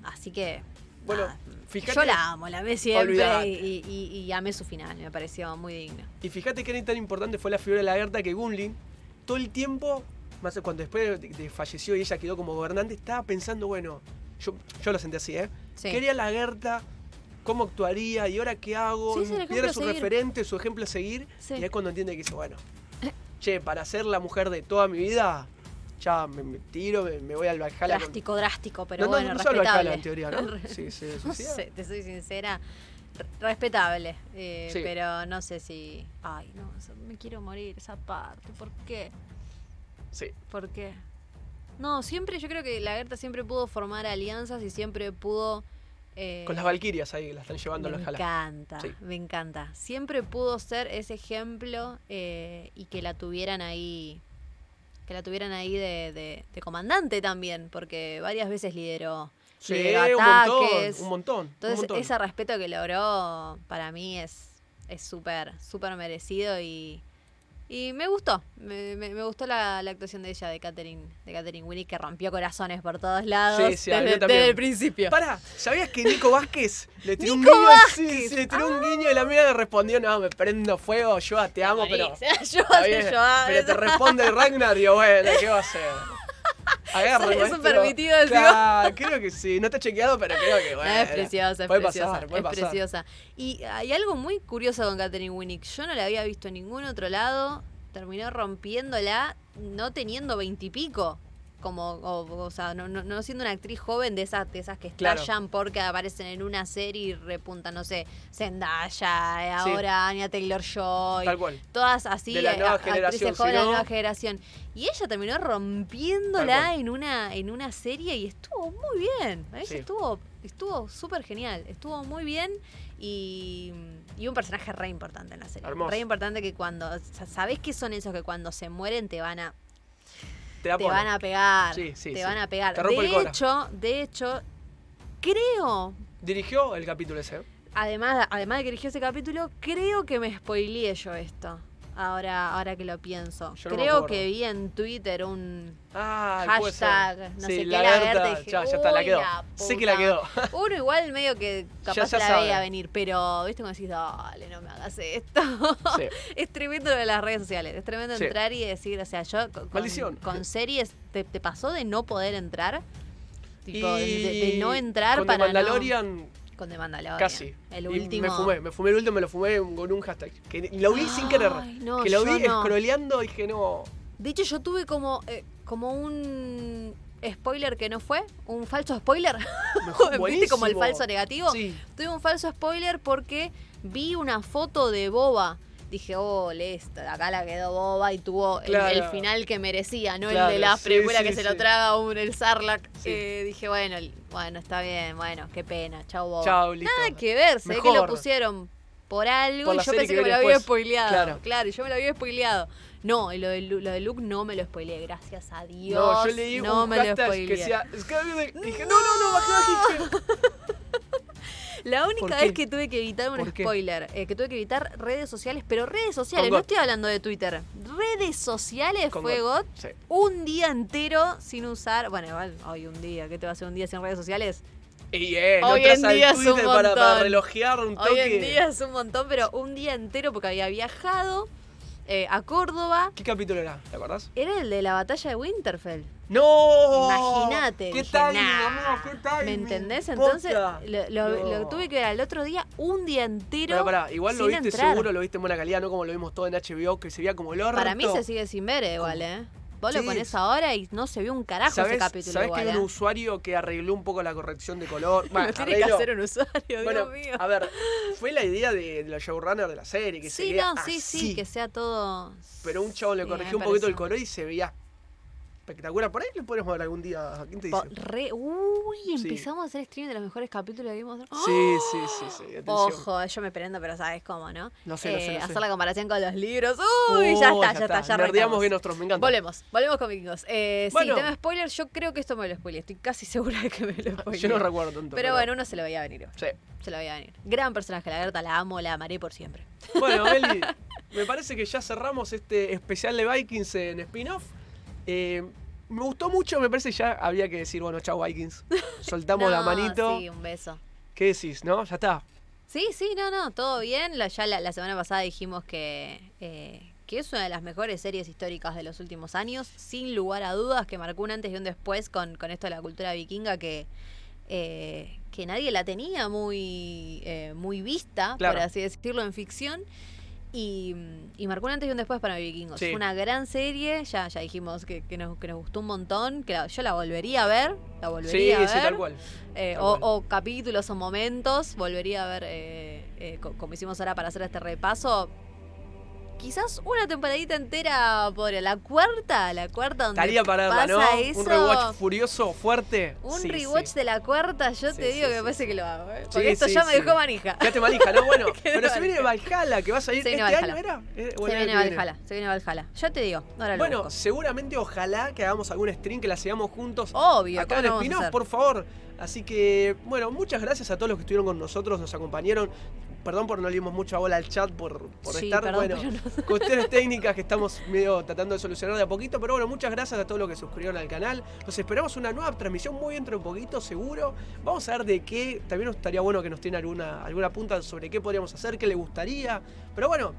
Speaker 2: así que...
Speaker 1: Bueno,
Speaker 2: nada,
Speaker 1: fíjate-
Speaker 2: ah, Yo la amo, la amé siempre
Speaker 1: Olvidate.
Speaker 2: y, y- y amé su final, me pareció muy digno.
Speaker 1: Y fíjate que tan importante fue la figura de la Gerta que Gunlin todo el tiempo, más cuando después de, de falleció y ella quedó como gobernante, estaba pensando, bueno, yo, yo lo sentí así, ¿eh?
Speaker 2: Sí.
Speaker 1: Quería la Gerta, cómo actuaría y ahora qué hago.
Speaker 2: Sí, es el
Speaker 1: Y
Speaker 2: ejemplo
Speaker 1: era
Speaker 2: a
Speaker 1: su
Speaker 2: seguir.
Speaker 1: referente, su ejemplo a seguir.
Speaker 2: Sí.
Speaker 1: Y ahí es cuando entiende que dice, bueno, che, para ser la mujer de toda mi vida, ya me, me tiro, me, me voy al Valhalla. con-
Speaker 2: drástico, drástico,
Speaker 1: no,
Speaker 2: pero
Speaker 1: no,
Speaker 2: bueno,
Speaker 1: no, solo Valhalla
Speaker 2: respetable.
Speaker 1: en teoría, ¿no? Sí, sí,
Speaker 2: No
Speaker 1: sí.
Speaker 2: sé, te soy sincera, re- respetable, eh,
Speaker 1: Sí.
Speaker 2: pero no sé si... Ay, no, eso- me quiero morir esa parte, ¿por qué?
Speaker 1: Sí.
Speaker 2: ¿Por qué? No, siempre, yo creo que la Gerta siempre pudo formar alianzas y siempre pudo... eh,
Speaker 1: Con las Valquirias ahí, que la están llevando al
Speaker 2: me
Speaker 1: Valhalla.
Speaker 2: encanta,
Speaker 1: Sí.
Speaker 2: me encanta. Siempre pudo ser ese ejemplo eh, y que la tuvieran ahí, que la tuvieran ahí de, de- de comandante también, porque varias veces lideró,
Speaker 1: Sí,
Speaker 2: lideró
Speaker 1: un
Speaker 2: ataques.
Speaker 1: montón, un montón. un
Speaker 2: Entonces
Speaker 1: montón.
Speaker 2: ese respeto que logró para mí es es súper, súper merecido y Y me gustó, me, me- me gustó la, la actuación de ella, de Catherine, de Catherine Winnie, que rompió corazones por todos lados
Speaker 1: Sí, sí, a mí
Speaker 2: desde,
Speaker 1: también.
Speaker 2: desde el principio.
Speaker 1: Pará, ¿sabías que Nico Vázquez le tiró un
Speaker 2: ¡Nico
Speaker 1: guiño? Sí,
Speaker 2: Vázquez! Ah.
Speaker 1: sí, le tiró un guiño y la mía le respondió, no, me prendo fuego, yo te amo, pero.
Speaker 2: yo,
Speaker 1: está bien,
Speaker 2: yo, ah,
Speaker 1: pero te responde Ragnar y digo, bueno, ¿qué va a hacer? Agarra
Speaker 2: Eso es
Speaker 1: maestro.
Speaker 2: permitido, digo.
Speaker 1: Claro, creo que sí. No está chequeado, pero creo que bueno.
Speaker 2: Ah, es preciosa, es
Speaker 1: puede
Speaker 2: preciosa.
Speaker 1: pasar, puede
Speaker 2: es
Speaker 1: pasar.
Speaker 2: preciosa. Y hay algo muy curioso con Katherine Winnick. Yo no la había visto en ningún otro lado. Terminó rompiéndola no teniendo veintipico. Como, o, o sea, no, no- no siendo una actriz joven de esas, de esas que
Speaker 1: Claro.
Speaker 2: estallan porque aparecen en una serie y repuntan, no sé, Zendaya, eh, ahora Anya Taylor Joy.
Speaker 1: Tal cual.
Speaker 2: Todas así,
Speaker 1: De la
Speaker 2: eh,
Speaker 1: nueva
Speaker 2: actrices
Speaker 1: generación, si
Speaker 2: jóvenes de la
Speaker 1: no-
Speaker 2: nueva generación. Y ella terminó
Speaker 1: Tal
Speaker 2: rompiéndola
Speaker 1: cual.
Speaker 2: en una, en una serie y estuvo muy bien. A ella
Speaker 1: Sí.
Speaker 2: estuvo estuvo súper genial, estuvo muy bien y, y un personaje re importante en la serie.
Speaker 1: Hermoso.
Speaker 2: Re importante que cuando, sa- sabés que son esos que cuando se mueren te van a,
Speaker 1: Te la
Speaker 2: te
Speaker 1: pone.
Speaker 2: van a pegar.
Speaker 1: Sí, sí,
Speaker 2: te
Speaker 1: sí.
Speaker 2: van a pegar.
Speaker 1: Te rompe el
Speaker 2: de
Speaker 1: cora.
Speaker 2: hecho, de hecho, creo
Speaker 1: Dirigió el capítulo ese. ¿eh?
Speaker 2: Además, además de que eligió ese capítulo, creo que me spoileé yo esto. Ahora, ahora que lo pienso.
Speaker 1: Yo no me
Speaker 2: creo
Speaker 1: acuerdo.
Speaker 2: que vi en Twitter un
Speaker 1: Ah, puede ser.
Speaker 2: hashtag,
Speaker 1: Sí,
Speaker 2: no sé qué, la
Speaker 1: Lagerta,
Speaker 2: Berta, y dije,
Speaker 1: ya, ya está, la
Speaker 2: "Uy,
Speaker 1: quedó.
Speaker 2: la
Speaker 1: sé que
Speaker 2: puta".
Speaker 1: la quedó.
Speaker 2: Uno igual medio que capaz
Speaker 1: ya
Speaker 2: la
Speaker 1: sabe.
Speaker 2: veía venir, pero viste como decís, dale, no me hagas esto.
Speaker 1: Sí.
Speaker 2: es tremendo lo de las redes sociales, es tremendo
Speaker 1: Sí.
Speaker 2: entrar y decir, o sea, yo con,
Speaker 1: Maldición.
Speaker 2: con series, ¿te, te pasó de no poder entrar? Tipo,
Speaker 1: Y
Speaker 2: de, de no entrar
Speaker 1: con The
Speaker 2: para no-
Speaker 1: Mandalorian
Speaker 2: con The Mandalorian.
Speaker 1: Casi.
Speaker 2: El
Speaker 1: Y
Speaker 2: último.
Speaker 1: me fumé, me fumé el último, me lo fumé con un hashtag. Que lo vi sin querer.
Speaker 2: Ay, no,
Speaker 1: que lo
Speaker 2: yo
Speaker 1: vi
Speaker 2: no.
Speaker 1: scrolleando y dije, no.
Speaker 2: De hecho, yo tuve como, eh, como un spoiler que no fue, un falso spoiler. ¿Viste como el
Speaker 1: buenísimo.
Speaker 2: falso negativo?
Speaker 1: Sí.
Speaker 2: Tuve un falso spoiler porque vi una foto de Boba. Dije, oh, listo, acá la quedó Boba y tuvo el-
Speaker 1: Claro.
Speaker 2: el, final que merecía, no
Speaker 1: Claro,
Speaker 2: el de la
Speaker 1: sí,
Speaker 2: precuela
Speaker 1: sí,
Speaker 2: que se lo
Speaker 1: sí.
Speaker 2: traga un, el Sarlacc.
Speaker 1: Sí.
Speaker 2: Eh, dije, bueno, li- bueno, está bien, bueno, qué pena, chau Boba.
Speaker 1: Chao, listo.
Speaker 2: Nada que ver, sé que
Speaker 1: Mejor.
Speaker 2: lo pusieron por algo
Speaker 1: Por
Speaker 2: y
Speaker 1: la
Speaker 2: yo
Speaker 1: serie
Speaker 2: pensé que,
Speaker 1: que
Speaker 2: me lo
Speaker 1: viene
Speaker 2: había
Speaker 1: después.
Speaker 2: spoileado. Claro.
Speaker 1: Claro.
Speaker 2: y yo me lo había spoileado. No, y lo de, Lu- lo de Luke no me lo spoileé, gracias a Dios.
Speaker 1: no, yo leí
Speaker 2: no
Speaker 1: un
Speaker 2: me lo
Speaker 1: hashtag
Speaker 2: spoileé.
Speaker 1: que decía. Scrolleando, y Dije, no, no, no, bajé, bajé. dije,
Speaker 2: La
Speaker 1: ¿Por
Speaker 2: única
Speaker 1: qué?
Speaker 2: vez que tuve que evitar un
Speaker 1: ¿Por qué?
Speaker 2: spoiler, eh, que tuve que evitar redes sociales, pero redes sociales,
Speaker 1: Con
Speaker 2: no
Speaker 1: God.
Speaker 2: estoy hablando de Twitter. Redes sociales
Speaker 1: Con
Speaker 2: fue
Speaker 1: God.
Speaker 2: God.
Speaker 1: Sí.
Speaker 2: Un día entero sin usar. Bueno, igual, hoy un día, ¿qué te va a hacer un día sin redes sociales?
Speaker 1: Y eh, no
Speaker 2: Hoy en
Speaker 1: entras al
Speaker 2: día es un
Speaker 1: Twitter para, para
Speaker 2: montón.
Speaker 1: relojear un toque.
Speaker 2: Hoy en día es un montón, pero un día entero porque había viajado eh, a Córdoba.
Speaker 1: ¿Qué capítulo era? ¿Te acordás?
Speaker 2: Era el de la batalla de Winterfell.
Speaker 1: ¡No!
Speaker 2: Imagínate.
Speaker 1: Oh, ¿Qué
Speaker 2: dije,
Speaker 1: tal,
Speaker 2: "Nah".
Speaker 1: ¿Qué tal?
Speaker 2: ¿Me entendés? Entonces lo, lo- lo tuve que ver al otro día un día entero.
Speaker 1: Pero pará, igual lo
Speaker 2: sin
Speaker 1: viste
Speaker 2: entrar.
Speaker 1: seguro, lo viste en buena calidad, no como lo vimos todo en HBO, que se veía como el orto.
Speaker 2: Para mí se sigue sin ver eh, igual, ¿eh? Vos lo
Speaker 1: Sí.
Speaker 2: ponés ahora y no se vio un carajo
Speaker 1: ¿Sabés,
Speaker 2: ese capítulo
Speaker 1: sabés
Speaker 2: igual,
Speaker 1: que hay
Speaker 2: ¿eh?
Speaker 1: un usuario que arregló un poco la corrección de color?
Speaker 2: Lo
Speaker 1: Bueno,
Speaker 2: tiene que
Speaker 1: arregló.
Speaker 2: hacer un usuario,
Speaker 1: Bueno,
Speaker 2: Dios mío.
Speaker 1: a ver, fue la idea de, de la showrunner de la serie, que se
Speaker 2: Sí,
Speaker 1: vea
Speaker 2: no, sí, sí,
Speaker 1: así.
Speaker 2: que sea todo.
Speaker 1: Pero un chavo le
Speaker 2: Sí,
Speaker 1: corrigió
Speaker 2: me
Speaker 1: un poquito el
Speaker 2: pareció.
Speaker 1: color y se veía espectacular. Por ahí le podemos ver algún día. ¿Quién te dice?
Speaker 2: po- re- Uy,
Speaker 1: Sí.
Speaker 2: empezamos a hacer streaming de los mejores capítulos de Game of Thrones.
Speaker 1: Sí, sí, sí, sí. Atención.
Speaker 2: ¡Oh! Ojo, yo me prendo, pero sabes cómo, ¿no? Eh,
Speaker 1: No sé, no sé, no sé.
Speaker 2: Hacer la comparación con los libros. Uy, ya
Speaker 1: Oh,
Speaker 2: está, ya está, ya
Speaker 1: Nerdeamos
Speaker 2: arrancamos.
Speaker 1: bien nosotros, me encanta.
Speaker 2: Volvemos, volvemos con vikingos. Eh,
Speaker 1: Bueno.
Speaker 2: Sí, tema spoiler, yo creo que esto me lo spoileé. Estoy casi segura de que me lo spoileé.
Speaker 1: Ah, Yo no recuerdo tanto.
Speaker 2: Pero, bueno, uno se lo veía venir.
Speaker 1: Sí.
Speaker 2: Se lo veía venir. Gran personaje, la Berta, la amo, la amaré por siempre.
Speaker 1: Bueno, Meli, me parece que ya cerramos este especial de Vikings en spin-off. Eh, me gustó mucho, me parece que ya habría que decir, bueno, chau Vikings. Soltamos la
Speaker 2: No,
Speaker 1: manito.
Speaker 2: Sí, un beso.
Speaker 1: ¿Qué decís, no? Ya está.
Speaker 2: Sí, sí, no, no, todo bien. La- ya la, la semana pasada dijimos que, eh, que es una de las mejores series históricas de los últimos años, sin lugar a dudas, que marcó un antes y un después con, con esto de la cultura vikinga que, eh, que nadie la tenía muy, eh, muy vista,
Speaker 1: Claro.
Speaker 2: por así decirlo, en ficción. Y, y marcó un antes y un después para Vikingos.
Speaker 1: Sí.
Speaker 2: Fue una gran serie, ya, ya dijimos que, que nos, que nos gustó un montón, que la- yo la volvería a ver, la
Speaker 1: Sí,
Speaker 2: volvería a ver.
Speaker 1: sí, tal cual.
Speaker 2: Eh,
Speaker 1: Tal cual.
Speaker 2: o, o capítulos o momentos, volvería a ver, eh, eh, co- como hicimos ahora para hacer este repaso, quizás una temporadita entera por la cuarta, la cuarta donde
Speaker 1: Estaría para verla,
Speaker 2: pasa
Speaker 1: ¿no?
Speaker 2: eso.
Speaker 1: Un rewatch furioso, fuerte.
Speaker 2: Un
Speaker 1: Sí, sí.
Speaker 2: rewatch de la cuarta, yo
Speaker 1: Sí,
Speaker 2: te digo
Speaker 1: sí,
Speaker 2: que
Speaker 1: sí,
Speaker 2: parece
Speaker 1: sí.
Speaker 2: que lo hago, ¿eh?
Speaker 1: Sí,
Speaker 2: porque esto
Speaker 1: sí,
Speaker 2: ya me
Speaker 1: sí.
Speaker 2: dejó manija.
Speaker 1: Ya te manija, ¿no? Bueno,
Speaker 2: Quedó
Speaker 1: pero se viene Valhalla, que va a salir
Speaker 2: Se
Speaker 1: este
Speaker 2: viene
Speaker 1: año,
Speaker 2: Valhalla.
Speaker 1: ¿era? Eh, o
Speaker 2: se
Speaker 1: el año
Speaker 2: viene
Speaker 1: que viene.
Speaker 2: Valhalla, se viene Valhalla. Ya te digo, ahora lo
Speaker 1: Bueno,
Speaker 2: busco.
Speaker 1: seguramente ojalá que hagamos algún stream, que la sigamos juntos.
Speaker 2: Obvio,
Speaker 1: acá
Speaker 2: ¿cómo
Speaker 1: en
Speaker 2: no vamos a
Speaker 1: spin-off,
Speaker 2: hacer?
Speaker 1: por favor. Así que, bueno, muchas gracias a todos los que estuvieron con nosotros, nos acompañaron. Perdón por no le dimos mucha bola al chat por, por
Speaker 2: Sí,
Speaker 1: estar.
Speaker 2: perdón,
Speaker 1: bueno,
Speaker 2: pero no.
Speaker 1: cuestiones técnicas que estamos medio tratando de solucionar de a poquito. Pero bueno, muchas gracias a todos los que suscribieron al canal. Nos esperamos una nueva transmisión muy dentro de un poquito, seguro. Vamos a ver de qué. También nos estaría bueno que nos den alguna, alguna punta sobre qué podríamos hacer, qué le gustaría. Pero bueno,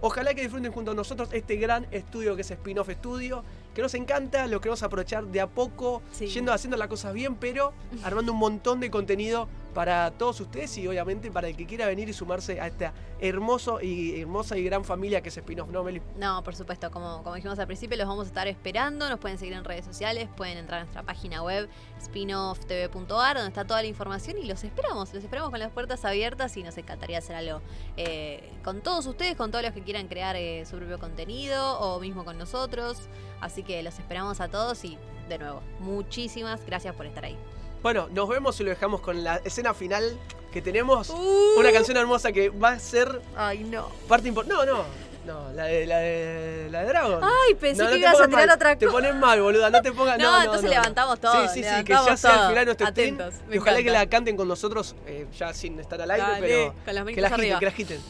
Speaker 1: ojalá que disfruten junto a nosotros este gran estudio que es Spin-Off Studio. Que nos encanta, lo queremos aprovechar de a poco,
Speaker 2: Sí.
Speaker 1: yendo haciendo las cosas bien, pero armando un montón de contenido para todos ustedes y obviamente para el que quiera venir y sumarse a esta hermoso y hermosa y gran familia que es Spin-Off, ¿no, Meli?
Speaker 2: No, por supuesto, como, como dijimos al principio, los vamos a estar esperando. Nos pueden seguir en redes sociales, pueden entrar a nuestra página web spinofftv.ar, donde está toda la información y los esperamos. Los esperamos con las puertas abiertas y nos encantaría hacer algo eh, con todos ustedes, con todos los que quieran crear eh, su propio contenido o mismo con nosotros. Así que los esperamos a todos y, de nuevo, muchísimas gracias por estar ahí.
Speaker 1: Bueno, nos vemos y lo dejamos con la escena final que tenemos.
Speaker 2: Uh.
Speaker 1: Una canción hermosa que va a ser
Speaker 2: Ay, no.
Speaker 1: parte importante. No, no, no, la de, la de, la de Dragon.
Speaker 2: Ay, Ah, pensé
Speaker 1: No, no
Speaker 2: que
Speaker 1: te
Speaker 2: ibas a
Speaker 1: pongas
Speaker 2: tirar
Speaker 1: mal,
Speaker 2: otra
Speaker 1: Te
Speaker 2: cosa.
Speaker 1: pones mal, boluda, no te pongas
Speaker 2: No,
Speaker 1: No, no,
Speaker 2: entonces
Speaker 1: no.
Speaker 2: levantamos
Speaker 1: Sí,
Speaker 2: todo.
Speaker 1: sí, sí, que ya
Speaker 2: levantamos
Speaker 1: sea
Speaker 2: todo.
Speaker 1: al final nuestro stream.
Speaker 2: Atentos, me
Speaker 1: Y ojalá que
Speaker 2: encanta.
Speaker 1: la canten con nosotros, eh, ya sin estar al aire,
Speaker 2: Dale,
Speaker 1: pero
Speaker 2: con las manitos
Speaker 1: que la
Speaker 2: arriba.
Speaker 1: agiten, que la agiten.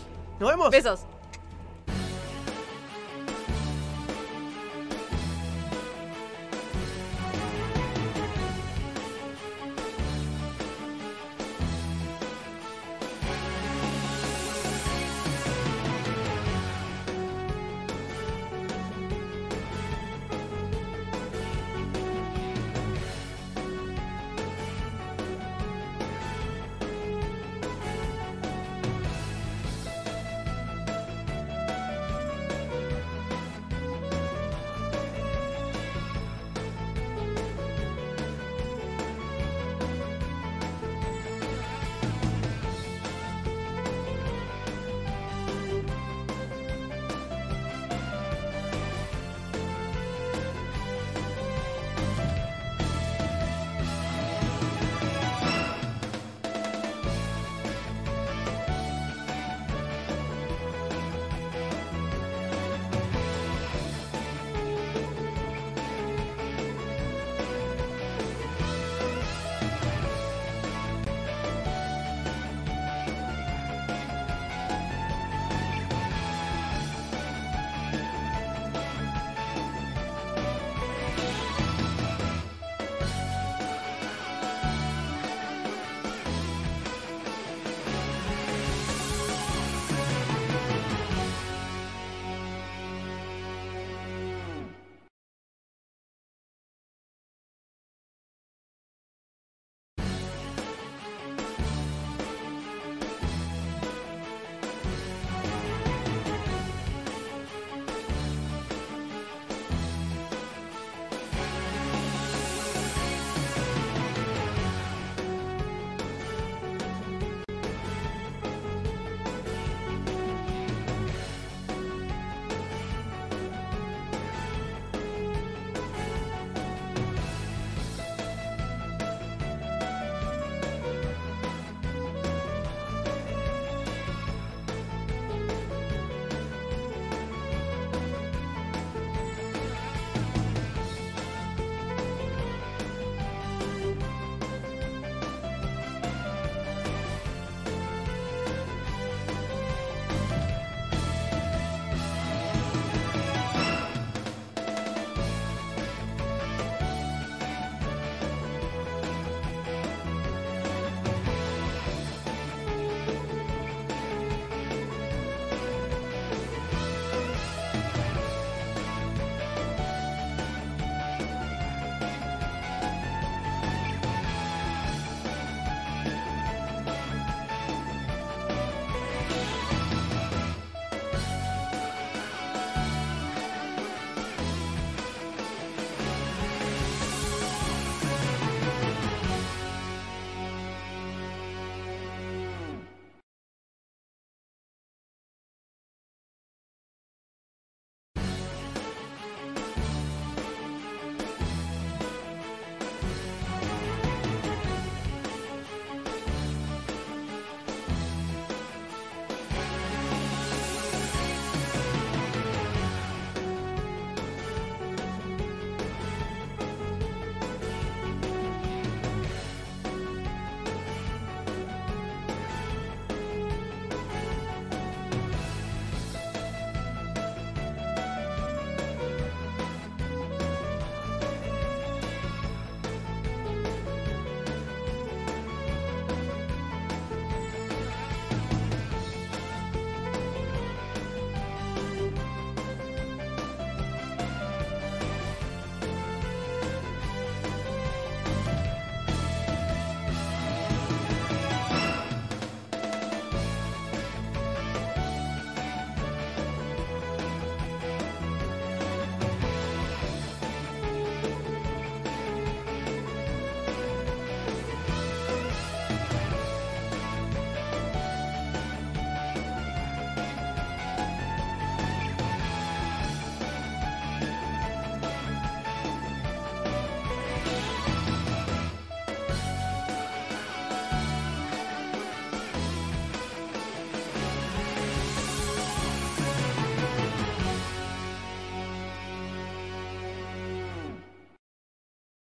Speaker 1: Nos vemos.
Speaker 2: Besos.